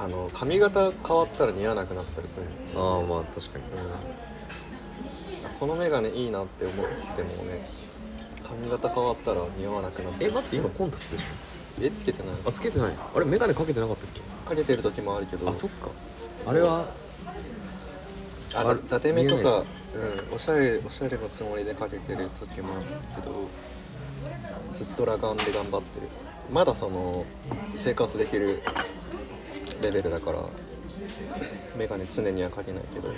[SPEAKER 1] あの髪型変わったら似合わなくなったりするの
[SPEAKER 2] ああまあ確かに
[SPEAKER 1] うんあこの眼鏡いいなって思ってもね髪型変わったら似合わなくなって
[SPEAKER 2] え待って今コンタクトでし
[SPEAKER 1] えつけてない
[SPEAKER 2] ょあつけてないあれ眼鏡かけてなかったっけ
[SPEAKER 1] かけてる時もあるけど
[SPEAKER 2] あそっかあれは
[SPEAKER 1] あ
[SPEAKER 2] あ
[SPEAKER 1] だ
[SPEAKER 2] る
[SPEAKER 1] だて目と
[SPEAKER 2] 見え
[SPEAKER 1] か
[SPEAKER 2] な、
[SPEAKER 1] うん、おしゃれおしゃれのつもりでかけてる時もあるけどずっと裸眼で頑張ってるまだその生活できるレベルだから眼鏡常にはかけないけど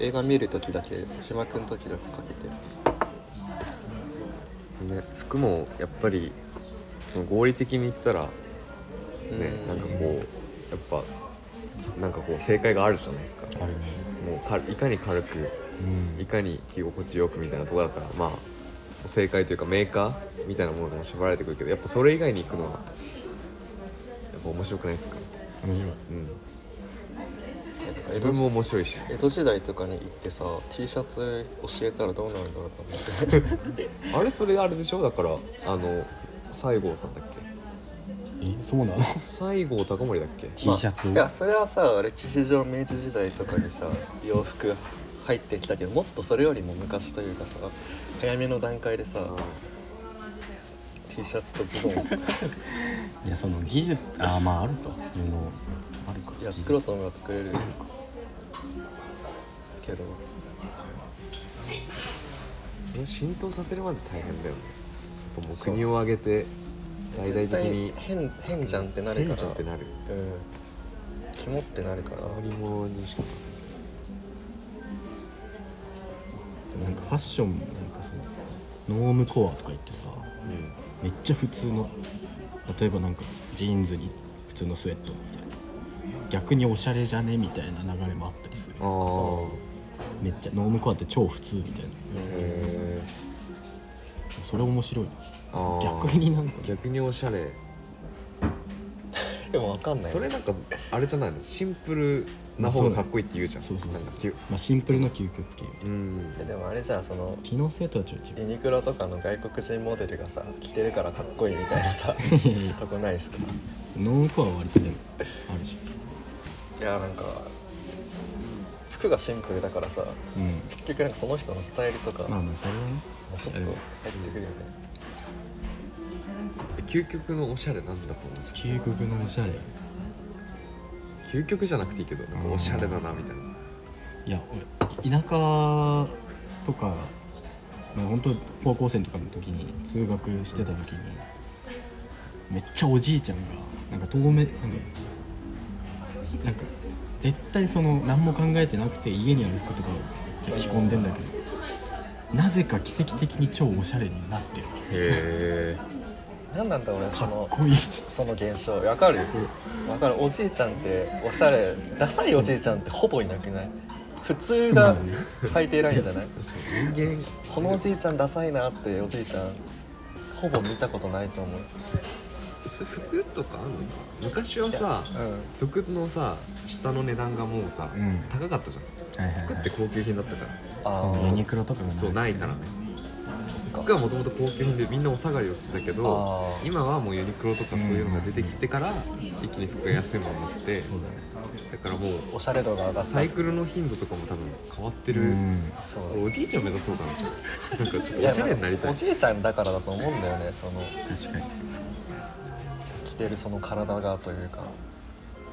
[SPEAKER 1] 映画見る時だけ島君の時だけかけてる
[SPEAKER 2] ね服もやっぱりその合理的に言ったらね
[SPEAKER 1] うん
[SPEAKER 2] なんかこうやっぱなんかこう正解があるじゃないですか
[SPEAKER 3] あるね
[SPEAKER 2] もうかいかに軽く
[SPEAKER 3] うん
[SPEAKER 2] いかに着心地よくみたいなとこだったらまあ正解というかメーカーみたいなものでも縛られてくるけどやっぱそれ以外に行くのはやっぱ面白くないですか、
[SPEAKER 3] 面白い
[SPEAKER 2] うん、
[SPEAKER 1] 江
[SPEAKER 2] 自
[SPEAKER 1] 戸
[SPEAKER 2] 分
[SPEAKER 1] 時
[SPEAKER 2] も面白いし
[SPEAKER 1] 江戸時代とかに行ってさ T シャツ教えたらどうなるんだろうと思って
[SPEAKER 2] あれそれあれでしょだからあの西郷さんだっけ
[SPEAKER 3] えそう なの T
[SPEAKER 2] 西郷隆盛だっけ
[SPEAKER 3] シャツを
[SPEAKER 1] いやそれはさ歴史上明治時代とかにさ洋服入ってきたけどもっとそれよりも昔というかさ早めの段階でさ T シャツとズボン
[SPEAKER 3] いやその技術ああまああるか布あるか
[SPEAKER 1] いや作ろうと思えば作れるけど
[SPEAKER 2] それを浸透させるまで大変だよねやっぱもう国を挙げて大々的に
[SPEAKER 1] 絶対変変じゃんってなるか
[SPEAKER 2] 変
[SPEAKER 1] ら
[SPEAKER 2] じゃんってなる
[SPEAKER 1] うんキモってなるから
[SPEAKER 2] 変わり者にしか
[SPEAKER 3] なんかファッションもなんかそのノームコアとか言ってさ
[SPEAKER 2] うん
[SPEAKER 3] めっちゃ普通の例えばなんかジーンズに普通のスウェットみたいな逆におしゃれじゃねみたいな流れもあったりする
[SPEAKER 2] ああ
[SPEAKER 3] めっちゃノームコアって超普通みたいな
[SPEAKER 2] へえ
[SPEAKER 3] それ面白いな
[SPEAKER 2] あー
[SPEAKER 3] 逆になんか
[SPEAKER 2] 逆におしゃれ
[SPEAKER 1] でもわかんない
[SPEAKER 2] それなんかあれじゃないのシンプルな方がかっこいいって言うじゃん
[SPEAKER 3] そうそう
[SPEAKER 2] なんかき
[SPEAKER 3] そう
[SPEAKER 2] ゅ、
[SPEAKER 3] まあ、シンプルの究極系みた
[SPEAKER 2] う
[SPEAKER 3] いな
[SPEAKER 2] ん
[SPEAKER 1] えでもあれじゃんその
[SPEAKER 3] 機能性とはちょっと違
[SPEAKER 1] ユ
[SPEAKER 3] う
[SPEAKER 1] ニクロとかの外国人モデルがさ着てるからかっこいいみたいな さとこないですか
[SPEAKER 3] ノームコアは割とでもあるし
[SPEAKER 1] いやなんか服がシンプルだからさ
[SPEAKER 3] うん
[SPEAKER 1] 結局なんかその人のスタイルとか
[SPEAKER 3] まあ
[SPEAKER 1] も
[SPEAKER 3] まあそれはね
[SPEAKER 1] うちょっと入ってくるよね、
[SPEAKER 2] 究極のおしゃれなんだと思うんですよ
[SPEAKER 3] 究極のおしゃれ
[SPEAKER 2] 究極じゃなくていいけどなんかおしゃれだなみたいない
[SPEAKER 3] や俺田舎とか、まあ、本当高校生とかの時に通学してた時にめっちゃおじいちゃんがなんか透明なんかなんか絶対その何も考えてなくて家にある服とかをめっちゃ着込んでんだけどなぜか奇跡的に超おしゃれになってる
[SPEAKER 2] へえ
[SPEAKER 1] なんなんだ俺その
[SPEAKER 3] こういう
[SPEAKER 1] その現象わかるわかるおじいちゃんっておしゃれダサいおじいちゃんってほぼいなくない普通が最低ラインじゃない
[SPEAKER 2] 人間
[SPEAKER 1] このおじいちゃんダサいなっておじいちゃんほぼ見たことないと思う
[SPEAKER 2] そ服とかあんのか昔はさ
[SPEAKER 1] う
[SPEAKER 2] 服のさ下の値段がもうさ、
[SPEAKER 3] うん
[SPEAKER 2] 高かったじゃん
[SPEAKER 3] はいはいはい
[SPEAKER 2] 服って高級品だったから、
[SPEAKER 1] あ
[SPEAKER 3] ユニクロとかが
[SPEAKER 2] そうないからね
[SPEAKER 1] か
[SPEAKER 2] 服はもともと高級品でみんなお下がりをしてたけ
[SPEAKER 1] あ
[SPEAKER 2] ど
[SPEAKER 1] ー
[SPEAKER 2] 今はもうユニクロとかそういうのが出てきてから、一気に服が安いものになって
[SPEAKER 3] そうだね
[SPEAKER 2] だからもう
[SPEAKER 1] おしゃれ度が上がった
[SPEAKER 2] サイクルの頻度とかも多分変わってる、
[SPEAKER 3] うん
[SPEAKER 1] そう
[SPEAKER 2] 俺おじいちゃん目指そうかなじゃ あなんかちょっ
[SPEAKER 1] い
[SPEAKER 2] と
[SPEAKER 1] や
[SPEAKER 2] おしゃれになりたい
[SPEAKER 1] おじいちゃんだからだと思うんだよねその
[SPEAKER 3] 確かに
[SPEAKER 1] 着てるその体がというか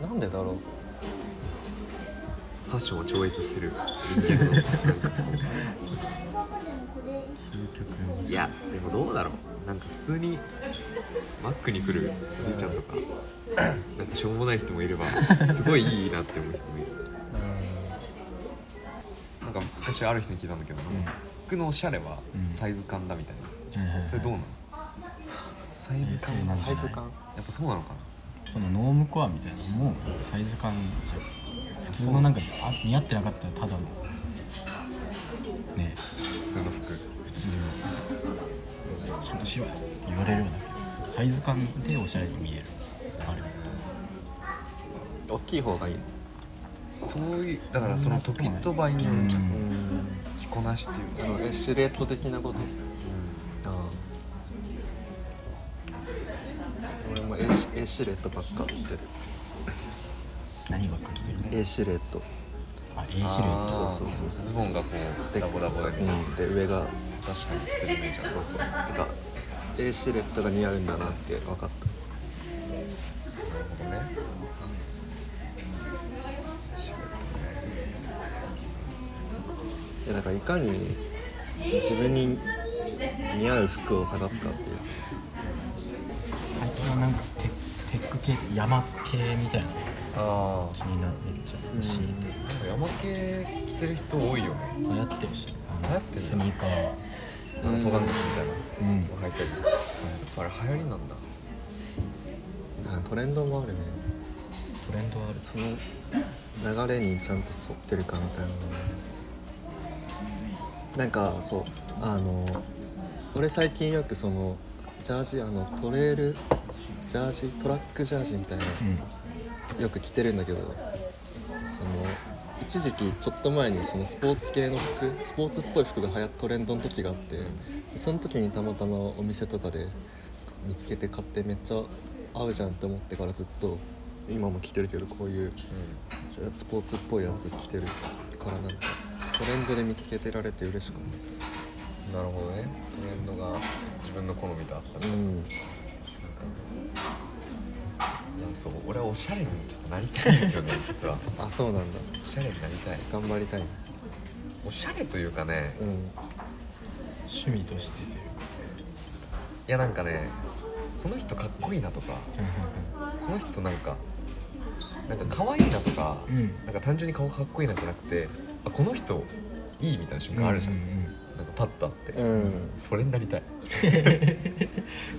[SPEAKER 1] なんでだろう
[SPEAKER 2] ファッションを超越してる人間のなんかこいやでもどうだろうなんか普通にマックに来るおじいちゃんとかなんかしょうもない人もいればすごいいいなって思う人もいるなんか昔ある人に聞いたんだけどなんか服のおしゃれはサイズ感だみたい
[SPEAKER 3] はいはいは
[SPEAKER 2] なそれどう
[SPEAKER 3] い
[SPEAKER 2] なのサイズ感
[SPEAKER 3] そうなんじゃない
[SPEAKER 2] やっぱそうなのかな
[SPEAKER 3] そのノームコアみたいなのもサイズ感じゃん普通のなんかあ似合ってなかったらただのね
[SPEAKER 2] 普通の服
[SPEAKER 3] 普通のちゃんとしろって言われるようだけどサイズ感でおしゃれに見えるあれ
[SPEAKER 1] 大きい方がいい
[SPEAKER 2] そういうだからその時と場合による
[SPEAKER 1] うん
[SPEAKER 2] 着こなしっていう
[SPEAKER 1] あ
[SPEAKER 2] か
[SPEAKER 1] のえシルエット的なこと、ああ俺も A, シ A シルエットばっか着てる
[SPEAKER 3] 何ばっか着てる
[SPEAKER 1] A シルエット
[SPEAKER 3] あ A シルエット
[SPEAKER 1] そうそうそうそ
[SPEAKER 2] ズボンがこう
[SPEAKER 1] う
[SPEAKER 2] ダボダボだけど
[SPEAKER 1] うん、で上が
[SPEAKER 2] 確かに着てるイメージある
[SPEAKER 1] そうそうてか A シルエットが似合うんだなって分かっ
[SPEAKER 2] なるほどね。仕事ね。
[SPEAKER 1] たいやだからいかに自分に似合う服を探すかっていう
[SPEAKER 3] 最近はなんかテテック系山系みたいなの
[SPEAKER 2] あ
[SPEAKER 3] 気になってっちゃうし、
[SPEAKER 2] あ、山系着てる人多いよね。
[SPEAKER 3] 流行ってるし
[SPEAKER 2] 流行ってる
[SPEAKER 3] スニーカー
[SPEAKER 2] あの登山靴みたい
[SPEAKER 3] うん
[SPEAKER 2] なの履いたり。あれ流行りなんだ。
[SPEAKER 1] あトレンドもあるね
[SPEAKER 3] トレンドはある
[SPEAKER 1] その流れにちゃんと沿ってるかみたいなのがなんかそうあの俺最近よくそのジャージあのトレールジャージトラックジャージみたいな、
[SPEAKER 3] うん
[SPEAKER 1] よく着てるんだけどその一時期ちょっと前にそのスポーツ系の服スポーツっぽい服が流行っトレンドの時があってその時にたまたまお店とかで見つけて買ってめっちゃ合うじゃんって思ってからずっと今も着てるけどこういうじゃあスポーツっぽいやつ着てるからなんかトレンドで見つけてられて嬉しかっ
[SPEAKER 2] なるほどね。トレンドが自分の好みと合った
[SPEAKER 1] たうん
[SPEAKER 2] いや、そう、俺はおしゃれにちょっとなりたいんですよ ね、実は。
[SPEAKER 1] あそうなんだ
[SPEAKER 2] おしゃれになりたい。
[SPEAKER 1] 頑張りたい
[SPEAKER 2] おしゃれというかね。
[SPEAKER 1] うん
[SPEAKER 3] 趣味としてという
[SPEAKER 2] いや、なんかね。この人かっこいいなとか。
[SPEAKER 3] か
[SPEAKER 2] この人なんかなんか可愛いなとか、
[SPEAKER 3] うん
[SPEAKER 2] なんか単純に顔かっこいいなじゃなくてあこの人いいみたいな瞬間あるじゃん、
[SPEAKER 3] うんうん
[SPEAKER 2] なんかパッとあって、
[SPEAKER 1] うん
[SPEAKER 2] それになりた い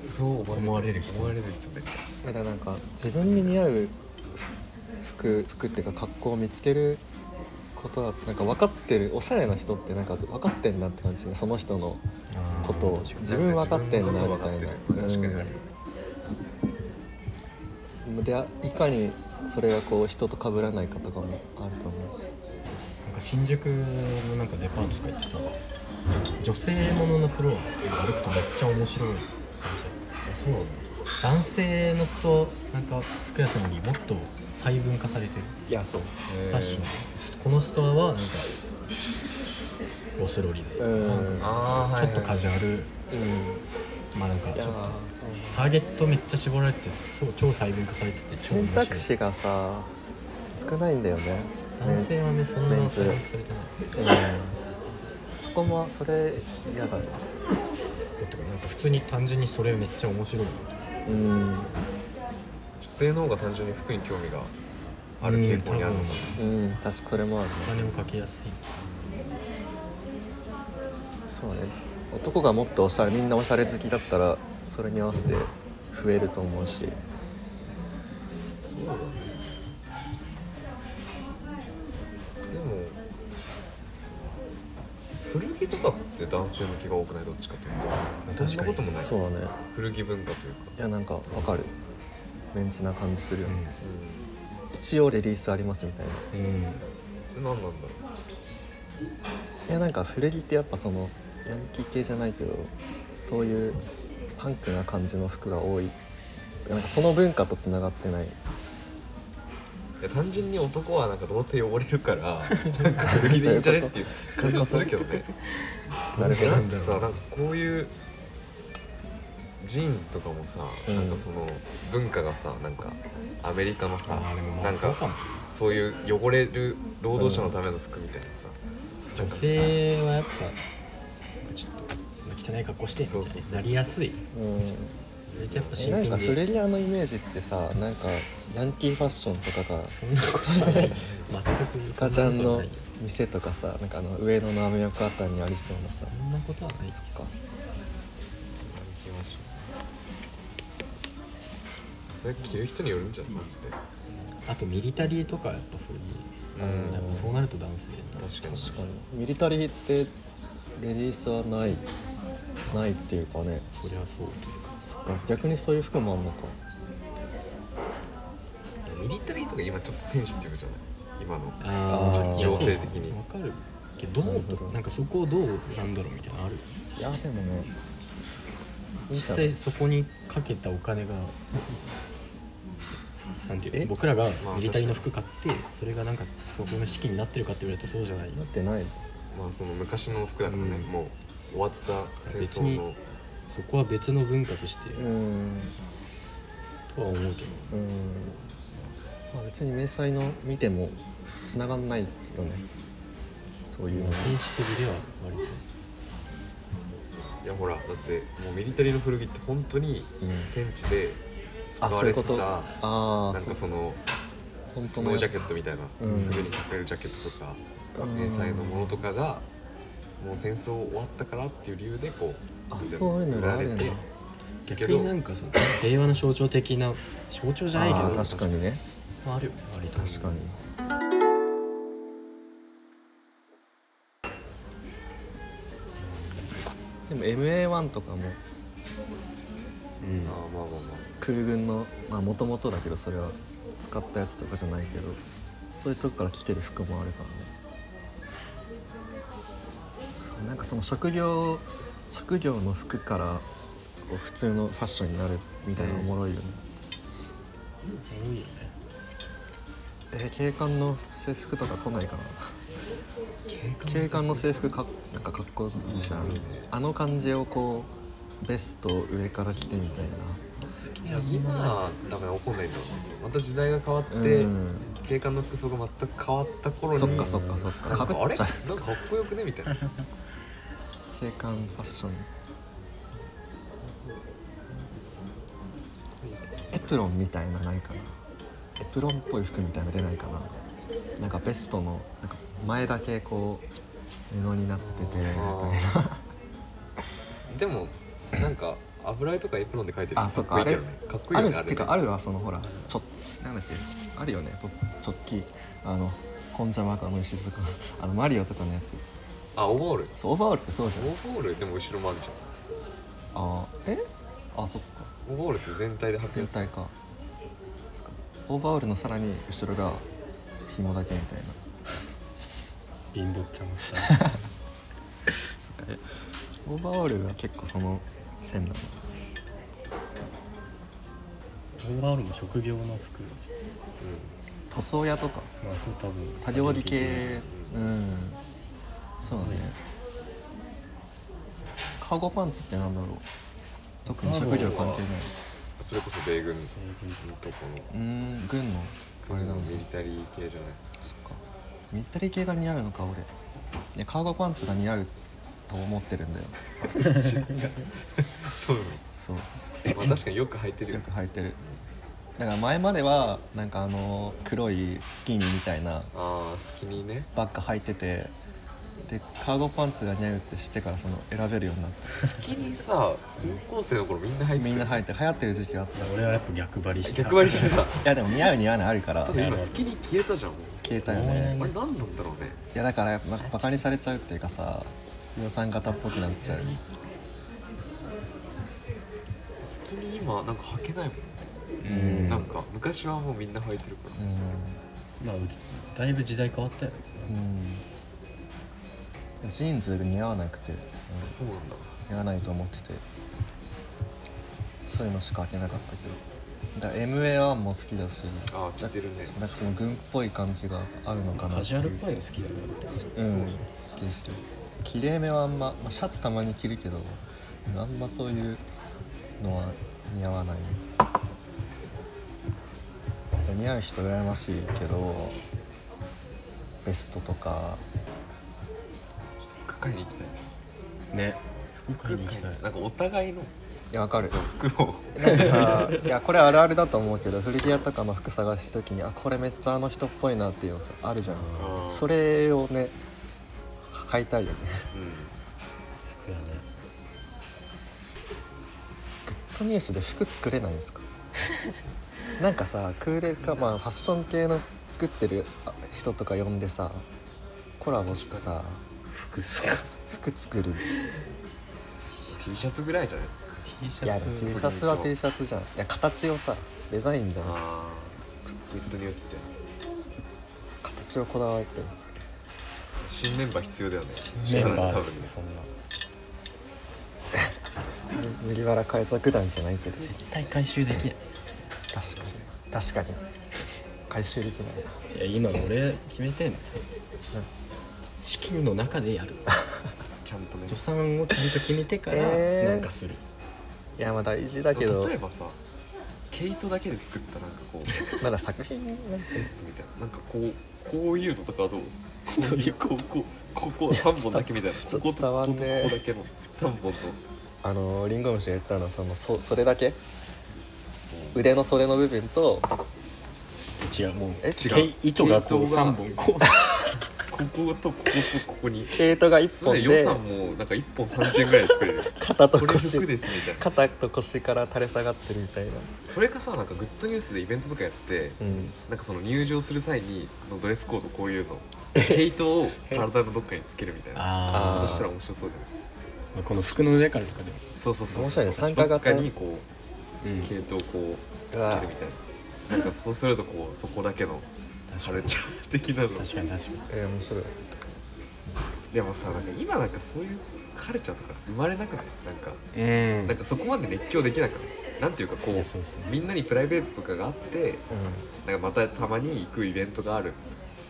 [SPEAKER 2] そう
[SPEAKER 3] 思われる人
[SPEAKER 2] 思われる人で
[SPEAKER 1] だからなんか自分に似合う服服っていうか格好を見つけることはなんか分かってるおしゃれな人ってなんか分かってんなって感じねその人の
[SPEAKER 3] あー
[SPEAKER 1] ことを自分分かってんな
[SPEAKER 2] 自分の
[SPEAKER 1] み
[SPEAKER 2] こと
[SPEAKER 1] たいな
[SPEAKER 2] 分かってる確かにある
[SPEAKER 1] うんであいかにそれがこう人と被らないかとかもあると思うし
[SPEAKER 3] なんか新宿のなんかデパートとか行ってさ女性もののフロア歩くとめっちゃ面白い感じそう男性のストなんか服屋さんよりもっと細分化されてる
[SPEAKER 1] いやそう
[SPEAKER 3] ファッションちょっとこのストアはなんかロスロリで、
[SPEAKER 1] うん
[SPEAKER 3] なんか
[SPEAKER 2] ああ
[SPEAKER 3] ちょっとカジュアル、
[SPEAKER 1] うん
[SPEAKER 3] まあなん
[SPEAKER 1] い
[SPEAKER 3] か
[SPEAKER 1] や
[SPEAKER 3] ちょっと
[SPEAKER 1] そう
[SPEAKER 3] ターゲットめっちゃ絞られてそう超細分化されてて超
[SPEAKER 1] 選
[SPEAKER 3] 面白い
[SPEAKER 1] 択肢がさ少ないんだよね
[SPEAKER 3] 男性はねそんな細分化されてない
[SPEAKER 1] そこもそれやだね
[SPEAKER 3] そうとかなんか普通に単純にそれめっちゃ面白いなと
[SPEAKER 1] うん
[SPEAKER 2] 女性の方が単純に服に興味がある傾向にあるのかな
[SPEAKER 1] うん確かそれもあるね
[SPEAKER 3] お金もかけやすい
[SPEAKER 1] そうね男がもっとおしゃれみんなおしゃれ好きだったらそれに合わせて増えると思うし
[SPEAKER 2] でも古着とかって男性向きが多くないどっちかというとそんなこともない
[SPEAKER 1] そうだね
[SPEAKER 2] 古着文化というか
[SPEAKER 1] いやなんかわかるメンズな感じするよね、一応レディースありますみたいな
[SPEAKER 3] うん
[SPEAKER 2] それ何なんだろう
[SPEAKER 1] いやなんか古着ってやっぱそのヤンキー系じゃないけどそういうパンクな感じの服が多いなんかその文化とつながってない
[SPEAKER 2] いや単純に男はなんかどうせ汚れるから なんか古着でいいんじゃねっていう感じはするけどね
[SPEAKER 1] なるほど
[SPEAKER 2] なんかさなんかこういうジーンズとかもさ、
[SPEAKER 1] うん
[SPEAKER 2] なんかその文化がさなんかアメリカのさ
[SPEAKER 3] あーでもま
[SPEAKER 2] な
[SPEAKER 3] あ
[SPEAKER 2] んか
[SPEAKER 3] そうかも
[SPEAKER 2] そういう汚れる労働者のための服みたいなさ、
[SPEAKER 3] 女性はやっぱちょっと汚い格好してみ
[SPEAKER 2] そう
[SPEAKER 3] た
[SPEAKER 2] そう
[SPEAKER 3] いに
[SPEAKER 2] そう
[SPEAKER 3] なりやすい
[SPEAKER 1] うん
[SPEAKER 3] それとやっぱ
[SPEAKER 1] え
[SPEAKER 3] 新
[SPEAKER 1] なん
[SPEAKER 3] 品
[SPEAKER 1] かフ
[SPEAKER 3] で
[SPEAKER 1] レリアのイメージってさなんかヤンキーファッションとかが
[SPEAKER 3] そんなことはない全く
[SPEAKER 1] スカジャンの
[SPEAKER 3] そんなことはないよ
[SPEAKER 1] 店とかさなんかあの上野のアメ横あたりにありそうなさ
[SPEAKER 3] そんなことはないです
[SPEAKER 1] か
[SPEAKER 2] きましょうそれ着る人によるんじゃんマジで
[SPEAKER 3] あとミリタリーとかやっぱ古い
[SPEAKER 2] うん
[SPEAKER 3] やっぱそうなると男性な
[SPEAKER 2] 確かに
[SPEAKER 1] 確かにミリタリーってレディースはないないっていうかね
[SPEAKER 3] そりゃそうというか
[SPEAKER 1] そっか逆にそういう服もあんのか
[SPEAKER 2] ミリタリーとか今ちょっとセンシティブじゃない今の
[SPEAKER 1] あー
[SPEAKER 2] 情勢的に
[SPEAKER 3] わかるけどどう
[SPEAKER 1] な
[SPEAKER 3] と
[SPEAKER 1] るほど
[SPEAKER 3] なんかそこをどうなんだろうみたいなのある
[SPEAKER 1] いやでもねいいじゃ
[SPEAKER 3] 実
[SPEAKER 1] ん
[SPEAKER 3] 際そこにかけたお金がなんてい
[SPEAKER 1] え
[SPEAKER 3] う僕らが
[SPEAKER 2] まあ
[SPEAKER 3] ミリタリーの服買ってそれがなんかそこの資金になってるかって言われたらそうじゃない
[SPEAKER 1] なってない
[SPEAKER 2] まあその昔の服だからね、
[SPEAKER 3] うん
[SPEAKER 2] もう終わった戦争
[SPEAKER 3] 別
[SPEAKER 2] の
[SPEAKER 3] にそこは別の文化として
[SPEAKER 1] うん
[SPEAKER 3] とは思うけど
[SPEAKER 1] うんまあ別に迷彩の見ても繋がんないよねそういうの
[SPEAKER 3] センシティブでは割と
[SPEAKER 2] いやほらだってもうミリタリーの古着って本当に
[SPEAKER 1] うん
[SPEAKER 2] 戦地で使
[SPEAKER 1] あそう
[SPEAKER 2] わ
[SPEAKER 1] い
[SPEAKER 2] れ
[SPEAKER 1] うこ
[SPEAKER 2] てた、
[SPEAKER 1] とああ
[SPEAKER 2] なんかその
[SPEAKER 1] 本
[SPEAKER 2] ス
[SPEAKER 1] 当
[SPEAKER 2] ノ
[SPEAKER 1] の
[SPEAKER 2] ー
[SPEAKER 1] や
[SPEAKER 2] ジ
[SPEAKER 1] つ
[SPEAKER 2] ャケットみたいな
[SPEAKER 1] うん
[SPEAKER 2] 上にかけるジャケットとか
[SPEAKER 1] うん
[SPEAKER 2] 迷彩のものとかがもう戦争終わったからっていう理由でこう
[SPEAKER 1] あそういうのがあるんだ
[SPEAKER 2] 売られて
[SPEAKER 3] 逆になんかその平和の象徴的な象徴じゃないけ
[SPEAKER 1] あ
[SPEAKER 3] ど
[SPEAKER 1] あ確かにね
[SPEAKER 3] まああるよね割と
[SPEAKER 1] 確かにでも MA1 とかも
[SPEAKER 3] うん
[SPEAKER 2] ああまあまあまあ
[SPEAKER 1] 空軍のまあもともとだけどそれは使ったやつとかじゃないけどそういうとこから来てる服もあるからねなんかその職業職業の服からこう普通のファッションになるみたいなおもろいよね、
[SPEAKER 3] 多いよね
[SPEAKER 1] えー警官の制服とか来ないかな警官の制服かなんかかっこいいじゃんあの感じをこうベストを上から着てみたい
[SPEAKER 2] いや今だから怒んないんだろうねまた時代が変わって、
[SPEAKER 1] うん
[SPEAKER 2] 警官の服装が全く変わった頃
[SPEAKER 1] な
[SPEAKER 2] に
[SPEAKER 1] そっかそっかそっか
[SPEAKER 2] なん
[SPEAKER 1] か
[SPEAKER 2] か
[SPEAKER 1] ぶ
[SPEAKER 2] あ
[SPEAKER 1] っ
[SPEAKER 2] れ
[SPEAKER 1] ちゃ
[SPEAKER 2] な
[SPEAKER 1] うん
[SPEAKER 2] かかっこよくねみたいな
[SPEAKER 1] 警官ファッションエプロンみたいなないかなエプロンっぽい服みたいな出ないかななんかベストのなんか前だけこう布になっててみたいな
[SPEAKER 2] でもなんか油絵とかエプロンで描いてる
[SPEAKER 1] あ
[SPEAKER 2] と
[SPEAKER 1] そっか
[SPEAKER 2] かっこい
[SPEAKER 1] あれ
[SPEAKER 2] いけどねかっこい
[SPEAKER 1] あ
[SPEAKER 2] いよ
[SPEAKER 1] る
[SPEAKER 2] ねあれ
[SPEAKER 1] てかあるわそのほらちょなんだっけあるよねとチョッキあのコンジャマかの石塚あのマリオとかのやつ
[SPEAKER 2] あオーバーオール
[SPEAKER 1] そうオーバーオールってそうじゃん
[SPEAKER 2] オーバーオールでも後ろもあるじゃ
[SPEAKER 1] あーえあそっか
[SPEAKER 2] んオーバーオールって全体で履くや
[SPEAKER 1] 全
[SPEAKER 2] つ
[SPEAKER 1] 体かそっかオーバーオールのさらに後ろが紐だけみたいな
[SPEAKER 3] 貧乏ちゃんもさ
[SPEAKER 1] そっかえオーバーオールが結構その線なの
[SPEAKER 3] オーバーオールも職業の服
[SPEAKER 1] 塗装屋とか
[SPEAKER 3] まあそう多分
[SPEAKER 1] 作業着系うんそうだねカーゴパンツってなんだろう特に職業関係ない
[SPEAKER 2] それこそ米軍のとこ
[SPEAKER 1] うーん軍のあ
[SPEAKER 2] の
[SPEAKER 1] れ
[SPEAKER 2] 軍
[SPEAKER 1] な
[SPEAKER 2] の
[SPEAKER 1] んだ
[SPEAKER 2] ミリタリー系じゃない
[SPEAKER 1] そっかミリタリー系が似合うのか俺ねカーゴパンツが似合うと思ってるんだよ
[SPEAKER 2] そう
[SPEAKER 1] そう
[SPEAKER 2] まあ確かによく履いてるよ
[SPEAKER 1] よ
[SPEAKER 2] ね
[SPEAKER 1] く履いてるだから前まではなんかあの黒いスキニーみたいな
[SPEAKER 2] ああスキニーね
[SPEAKER 1] バッグ履いててでカーゴパンツが似合うって知ってからその選べるようにな った
[SPEAKER 2] スキニーさ高校生の頃みんな履いてた
[SPEAKER 1] み
[SPEAKER 2] よ
[SPEAKER 1] んな
[SPEAKER 2] ね
[SPEAKER 1] 履いて流行ってる時期があったい
[SPEAKER 3] 俺はやっぱ逆張りして
[SPEAKER 2] 逆張りしてた
[SPEAKER 1] やでも似合う似合わないあるから
[SPEAKER 2] ただ今好きに消えたじゃんも
[SPEAKER 1] 消えたよね
[SPEAKER 2] うあれ何なんだろうね
[SPEAKER 1] いやだからやっぱバカにされちゃうっていうかさ量産型っぽくなっちゃう
[SPEAKER 2] 好きに今なんか履けないも、
[SPEAKER 1] うんん
[SPEAKER 2] なんか昔はもうみんな履いてるから、
[SPEAKER 3] まあうだいぶ時代変わったよね
[SPEAKER 1] うんジーンズ似合わなくて
[SPEAKER 2] あそうなんだ
[SPEAKER 1] やらないと思っててそういうのしか開けなかったけどだから MA1 も好きだし
[SPEAKER 2] あー着てるね
[SPEAKER 1] なんかその軍っぽい感じが合うのかな
[SPEAKER 3] カジュアルっぽ
[SPEAKER 1] い
[SPEAKER 3] いの好きだよね
[SPEAKER 1] うん好き好ききれいめはあんま、まあ、シャツたまに着るけどあんまそういうのは似合わないいや似合う人羨ましいけどベストとか
[SPEAKER 2] ちょっと服買いに行きたいです
[SPEAKER 3] ね服買いに行きたい
[SPEAKER 2] なんかお互いの
[SPEAKER 1] いやわかる
[SPEAKER 2] 服を
[SPEAKER 1] なんかさいやこれあるあるだと思うけど古着屋とかの服探す時にあこれめっちゃあの人っぽいなっていうのあるじゃん
[SPEAKER 2] あー
[SPEAKER 1] それをね買いたいよね
[SPEAKER 3] 服やね
[SPEAKER 1] グッドニュースで服作れないんですかなんかさクールかまあファッション系の作ってるあ人とか呼んでさコラボしてさ
[SPEAKER 3] 服っすか
[SPEAKER 1] 服作る
[SPEAKER 2] T シャツぐらいじゃないですか
[SPEAKER 3] T シ
[SPEAKER 1] いや
[SPEAKER 3] ャ
[SPEAKER 1] T
[SPEAKER 3] ツ
[SPEAKER 1] シャツは T シャツじゃんいや形をさデザインじゃん
[SPEAKER 2] あーグッドニュースで
[SPEAKER 1] 形をこだわって
[SPEAKER 2] 新メンバー必要だよね
[SPEAKER 3] メン
[SPEAKER 2] そ
[SPEAKER 3] バ
[SPEAKER 2] したら
[SPEAKER 3] ー
[SPEAKER 2] ね多
[SPEAKER 3] で
[SPEAKER 2] 分
[SPEAKER 3] す
[SPEAKER 2] ね
[SPEAKER 3] ねそんな
[SPEAKER 1] 麦わら海賊団じゃないけど確
[SPEAKER 3] 絶対回収できない
[SPEAKER 1] かに確かに回収できない
[SPEAKER 3] いや今俺決めてんの資金の中でやる
[SPEAKER 2] ちゃんとね
[SPEAKER 3] 予算をちゃんと決めてから
[SPEAKER 1] えー
[SPEAKER 3] なんかする、
[SPEAKER 1] いやまあ大事だけど
[SPEAKER 2] 例えばさ毛糸だけで作ったなんかこう
[SPEAKER 1] まだ作品なんちゃ
[SPEAKER 2] テストみたいななんかこうこういうのとかはどうこういうこうこうここ3本だけみたいな
[SPEAKER 1] ちょ
[SPEAKER 2] こ
[SPEAKER 1] っと
[SPEAKER 2] ことこことここ
[SPEAKER 1] 伝わんねえ
[SPEAKER 2] だけの3本と
[SPEAKER 1] あのーリンゴ虫が言ったのはそのそそれだけ腕の袖の部分と
[SPEAKER 3] 違うもう
[SPEAKER 1] え
[SPEAKER 2] 違う
[SPEAKER 3] 毛糸がこう
[SPEAKER 2] 毛糸が
[SPEAKER 3] 3本こう
[SPEAKER 2] こことこことここに
[SPEAKER 1] 毛糸が1
[SPEAKER 2] そ
[SPEAKER 1] 本
[SPEAKER 2] れ予
[SPEAKER 1] で
[SPEAKER 2] 算もなんか1本30円ぐらいで作れる
[SPEAKER 1] 肩と
[SPEAKER 2] これ服で
[SPEAKER 1] 腰
[SPEAKER 2] すみたいな
[SPEAKER 1] 肩と腰から垂れ下がってるみたいな
[SPEAKER 2] それかさなんかグッドニュースでイベントとかやって
[SPEAKER 1] うん
[SPEAKER 2] なんかその入場する際にのドレスコードこういうの毛糸を体のどっかにつけるみたいな
[SPEAKER 3] あ
[SPEAKER 2] そしたら面白そうじゃない
[SPEAKER 3] あこの服の上からとかでも
[SPEAKER 2] そうそうそう
[SPEAKER 1] 面白いね参加
[SPEAKER 2] どっ
[SPEAKER 1] 型
[SPEAKER 2] かにこ
[SPEAKER 3] うん
[SPEAKER 2] う系統をこうつけるみたいななんかそうするとこうそこだけのカルチャー的なの
[SPEAKER 3] 確かに確かに
[SPEAKER 1] えー、面白い
[SPEAKER 2] でもさなんか今なんかそういうカルチャーとか生まれなくないなんか
[SPEAKER 3] うん
[SPEAKER 2] なんかそこまで熱狂できなくないなんていうかこ
[SPEAKER 3] いうやそうっすね
[SPEAKER 2] みんなにプライベートとかがあって
[SPEAKER 1] う
[SPEAKER 2] なんかまたたまに行くイベントがある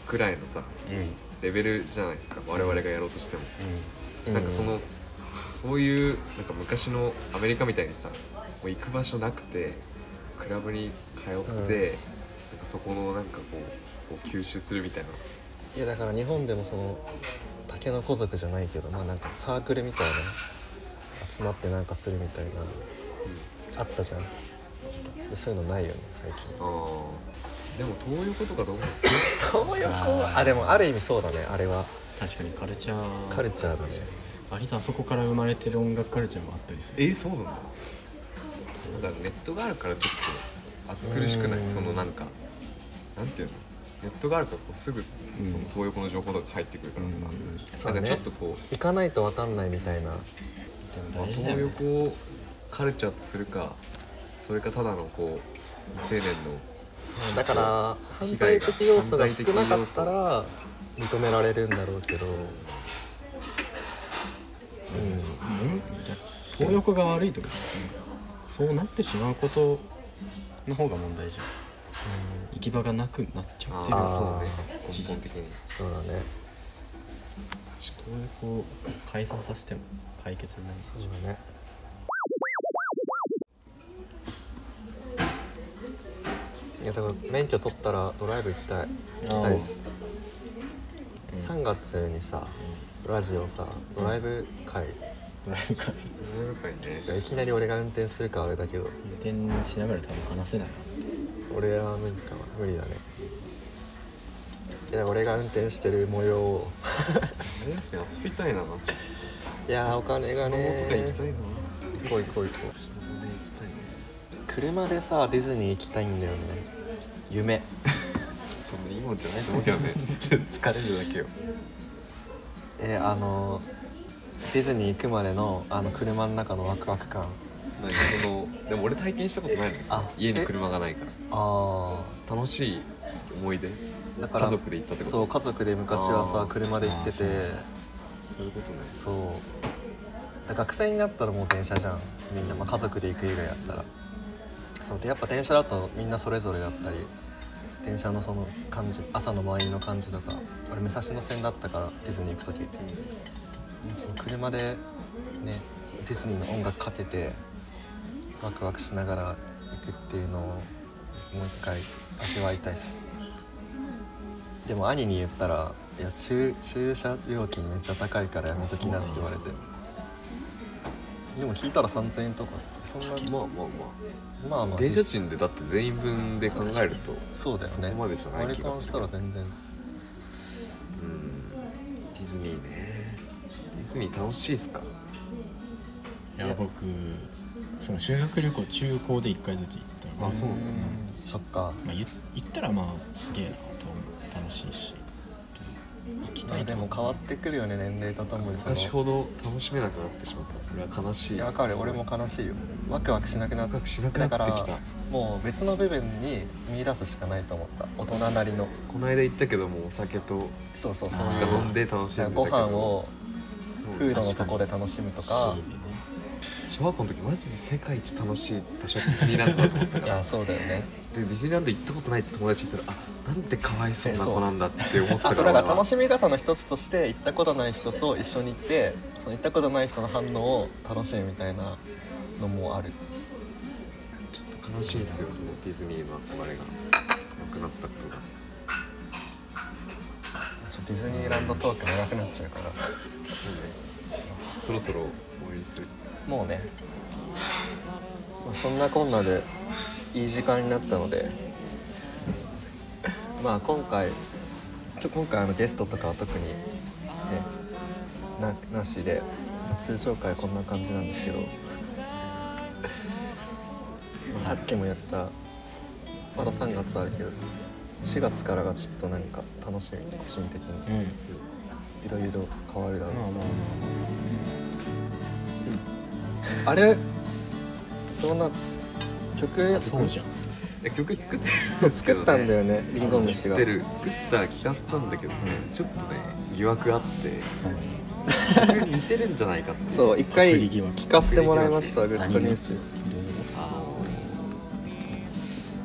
[SPEAKER 2] くらいのさ
[SPEAKER 3] うんうん
[SPEAKER 2] レベルじゃないですか我々がやろうとしても、なんかそのそういうなんか昔のアメリカみたいにさもう行く場所なくてクラブに通って、
[SPEAKER 1] うん
[SPEAKER 2] なんかそこのなんかこうこう吸収するみたいない
[SPEAKER 1] やだから日本でもその竹の子族じゃないけどまあなんかサークルみたいな集まってなんかするみたいな、あったじゃんでそういうのないよね最近
[SPEAKER 2] あーでも東横とかどう思
[SPEAKER 1] 友
[SPEAKER 2] う
[SPEAKER 1] よあでもある意味そうだねあれは
[SPEAKER 3] 確かにカルチャー
[SPEAKER 1] カルチャーだね
[SPEAKER 3] 割とあそこから生まれてる音楽カルチャーもあったりする
[SPEAKER 2] えそうなんだなんかネットがあるからちょっと暑苦しくな
[SPEAKER 1] う
[SPEAKER 2] い
[SPEAKER 1] ん
[SPEAKER 2] そのなんかなんていうのネットがあるからこうすぐ
[SPEAKER 3] うん
[SPEAKER 2] その東横の情報とか入ってくるからさ、
[SPEAKER 1] そうだ
[SPEAKER 2] なん
[SPEAKER 1] ね
[SPEAKER 2] かちょっとこう
[SPEAKER 1] 行かないと分かんないみたいな
[SPEAKER 3] で
[SPEAKER 2] ま
[SPEAKER 3] も
[SPEAKER 2] あ
[SPEAKER 3] 大事
[SPEAKER 2] 東
[SPEAKER 3] だよね
[SPEAKER 2] 横をカルチャーとするかそれかただのこう未成年の
[SPEAKER 1] そうだから犯
[SPEAKER 2] 被
[SPEAKER 1] 罪
[SPEAKER 2] 害が
[SPEAKER 1] 的要素が少なか
[SPEAKER 2] 犯罪
[SPEAKER 1] っ
[SPEAKER 2] 的
[SPEAKER 1] たら認められるんだろうけど、うん、
[SPEAKER 3] うん東横が悪いとかそうなってしまうことの方が問題じゃん、行き場がなくなっちゃってる
[SPEAKER 1] あー
[SPEAKER 2] そうね
[SPEAKER 3] 事
[SPEAKER 2] 根
[SPEAKER 3] 実
[SPEAKER 2] 本的に
[SPEAKER 1] そうだね
[SPEAKER 3] 東横を解散させても解決になる
[SPEAKER 1] そうだねいやだから免許取ったらドライブ行きたい行きたいです、3月にさラジオさドライブ会、
[SPEAKER 3] ドライブ会
[SPEAKER 2] ドライブ会ね
[SPEAKER 1] いやいきなり俺が運転するかあれだけど
[SPEAKER 3] 運転しながら多分話せない
[SPEAKER 1] 俺は無理かな無理だねいや俺が運転してる模様を
[SPEAKER 2] 夏休み遊びたいなちょっと
[SPEAKER 1] いやーお金が
[SPEAKER 2] スノ
[SPEAKER 1] ね
[SPEAKER 2] ボとか行きたいな
[SPEAKER 1] 行こう行こう行こ
[SPEAKER 2] スノボで行きたいね
[SPEAKER 1] う車でさディズニー行きたいんだよね夢
[SPEAKER 2] そんないいもんじゃないと思うけどね 疲れるだけよ
[SPEAKER 1] えーあのディズニー行くまでのあの車の中のワクワク感
[SPEAKER 2] なんかそのでも俺体験したことないのよ
[SPEAKER 1] あ
[SPEAKER 2] 家に車がないから
[SPEAKER 1] あ
[SPEAKER 2] 楽しい思い出
[SPEAKER 1] あだから
[SPEAKER 2] 家族で行ったってこと
[SPEAKER 1] そう家族で昔は
[SPEAKER 2] あ
[SPEAKER 1] さ
[SPEAKER 2] ー
[SPEAKER 1] 車で行ってて
[SPEAKER 2] そういうことね
[SPEAKER 1] そうだから学生になったらもう電車じゃんみんな、まあ、家族で行く以外やったらそうでやっぱ電車だとみんなそれぞれだったり電車のその感じ朝の満員の感じとか俺武蔵野線だったからディズニー行く時、その車でねディズニーの音楽かけてワクワクしながら行くっていうのをもう一回味わいたいですでも兄に言ったら「いや駐駐車料金めっちゃ高いからやめときな」って言われてでも聞いたら3000円とかそんな
[SPEAKER 2] まあまあま
[SPEAKER 1] まあま
[SPEAKER 2] あ
[SPEAKER 1] あ
[SPEAKER 2] 電車賃でだって全員分で考えると
[SPEAKER 1] そうだよね
[SPEAKER 2] そこまでじゃない
[SPEAKER 1] 割
[SPEAKER 2] 気
[SPEAKER 1] り
[SPEAKER 2] が
[SPEAKER 1] 勘
[SPEAKER 2] す
[SPEAKER 1] し
[SPEAKER 2] る
[SPEAKER 1] たら全然
[SPEAKER 2] ディズニーねディズニー楽しいっすか
[SPEAKER 3] いや僕その修学旅行中高で1回ずつ行った
[SPEAKER 2] そうなんだ
[SPEAKER 1] うんそっか
[SPEAKER 3] まあ、言行ったらまあすげえなと思う楽しいし行き
[SPEAKER 1] ま
[SPEAKER 3] た
[SPEAKER 1] あ
[SPEAKER 3] いと
[SPEAKER 1] でも変わってくるよね年齢とともにその
[SPEAKER 2] 昔ほど楽しめなくなってしまったこれは悲しい
[SPEAKER 1] いやわかる俺も悲しいよワクワクしなくなっ
[SPEAKER 2] ワクワクしなくなってきた
[SPEAKER 1] だからもう別の部分に見出すしかないと思った大人なりの
[SPEAKER 2] この間行ったけどもお酒と
[SPEAKER 1] そうそうそう
[SPEAKER 3] あ
[SPEAKER 1] い
[SPEAKER 3] ー
[SPEAKER 1] う
[SPEAKER 2] 飲んで楽しんでたけど
[SPEAKER 1] ご飯を
[SPEAKER 2] そう
[SPEAKER 1] フードのとこで楽しむとか
[SPEAKER 3] シーでね
[SPEAKER 2] 小学校の時マジで世界一楽しい場所ってディズニーランドだと思った
[SPEAKER 1] い
[SPEAKER 2] から
[SPEAKER 1] やそうだよね
[SPEAKER 2] でディズニーランド行ったことないって友達言ったらあなんてかわいそうな子なんだって思って
[SPEAKER 1] あ
[SPEAKER 2] た
[SPEAKER 1] そ
[SPEAKER 2] か
[SPEAKER 1] れ
[SPEAKER 2] ら
[SPEAKER 1] が
[SPEAKER 2] 俺は
[SPEAKER 1] 楽しみ方の一つとして行ったことない人と一緒に行ってその行ったことない人の反応を楽しむみたいなのもある
[SPEAKER 2] ちょっと悲しいんですよそのディズニーの憧れがなくなったことが
[SPEAKER 1] ちょっとディズニーランドトーク長くなっちゃうから
[SPEAKER 2] そろそろ終わりにする
[SPEAKER 1] もうね、まあ、そんなこんなでいい時間になったのでまあ今回ちょ今回あのゲストとかは特にねななしでまあ通常回こんな感じなんですけど、まあ、さっきもやったまだ3月はあるけど4月からがちょっと何か楽しみ個人的に
[SPEAKER 3] うん
[SPEAKER 1] いろいろ変わるだろう
[SPEAKER 3] まあまあま
[SPEAKER 1] あれどんな曲
[SPEAKER 3] あそうじゃん
[SPEAKER 2] え曲作って
[SPEAKER 1] そう作ったんだよねリンゴ虫
[SPEAKER 2] 作
[SPEAKER 1] が
[SPEAKER 2] ってる作った聞かせたんだけどねちょっとね疑惑あって曲に似てるんじゃないかっていう
[SPEAKER 1] そう一回
[SPEAKER 3] 送り際
[SPEAKER 1] 聞かせてもらいましたグッドニュース
[SPEAKER 2] あの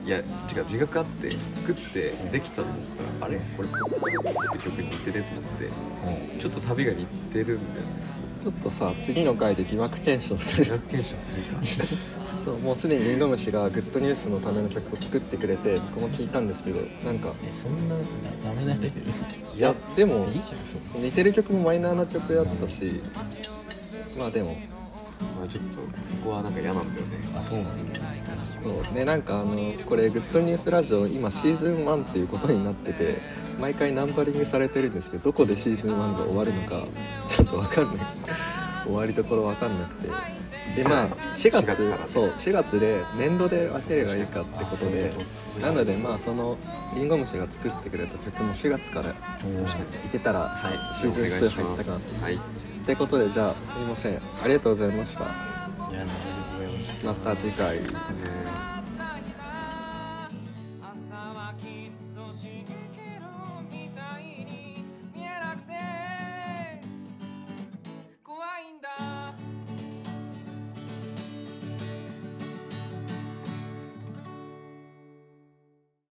[SPEAKER 2] いや違う自覚あって作ってできたと思ったらあれこれちょっと曲に似てると思ってちょっとサビが似てるんだよね
[SPEAKER 1] ちょっとさ次の回で疑惑検証す
[SPEAKER 2] 自
[SPEAKER 1] る
[SPEAKER 2] 覚検証するか
[SPEAKER 1] そうもうすでにリンゴ虫がグッドニュースのための曲を作ってくれて僕も聞いたんですけどなんか
[SPEAKER 3] えそんなだダメなレベル
[SPEAKER 1] いやでも
[SPEAKER 3] いいじゃんそう
[SPEAKER 1] そう似てる曲もマイナーな曲やったしまあでも
[SPEAKER 2] まあちょっとそこはなんか嫌なんだよね
[SPEAKER 3] あそうなんだ
[SPEAKER 1] そうねなんかあのこれ「グッドニュースラジオ」今シーズン1っていうことになってて毎回ナンバリングされてるんですけどどこでシーズン1が終わるのかちょっと分かんない終わりどころ分かんなくてでまあ4月
[SPEAKER 2] 4月から
[SPEAKER 1] そう4月で年度で分ければいいかってことでなのでまあそのりんご虫が作ってくれた曲も4月からいけたら、はい、シーズン2入ったかなと
[SPEAKER 2] はい
[SPEAKER 1] ってことでじゃあすいませんありがとうございました
[SPEAKER 3] いやなありがとうございました
[SPEAKER 1] また次回。
[SPEAKER 2] えー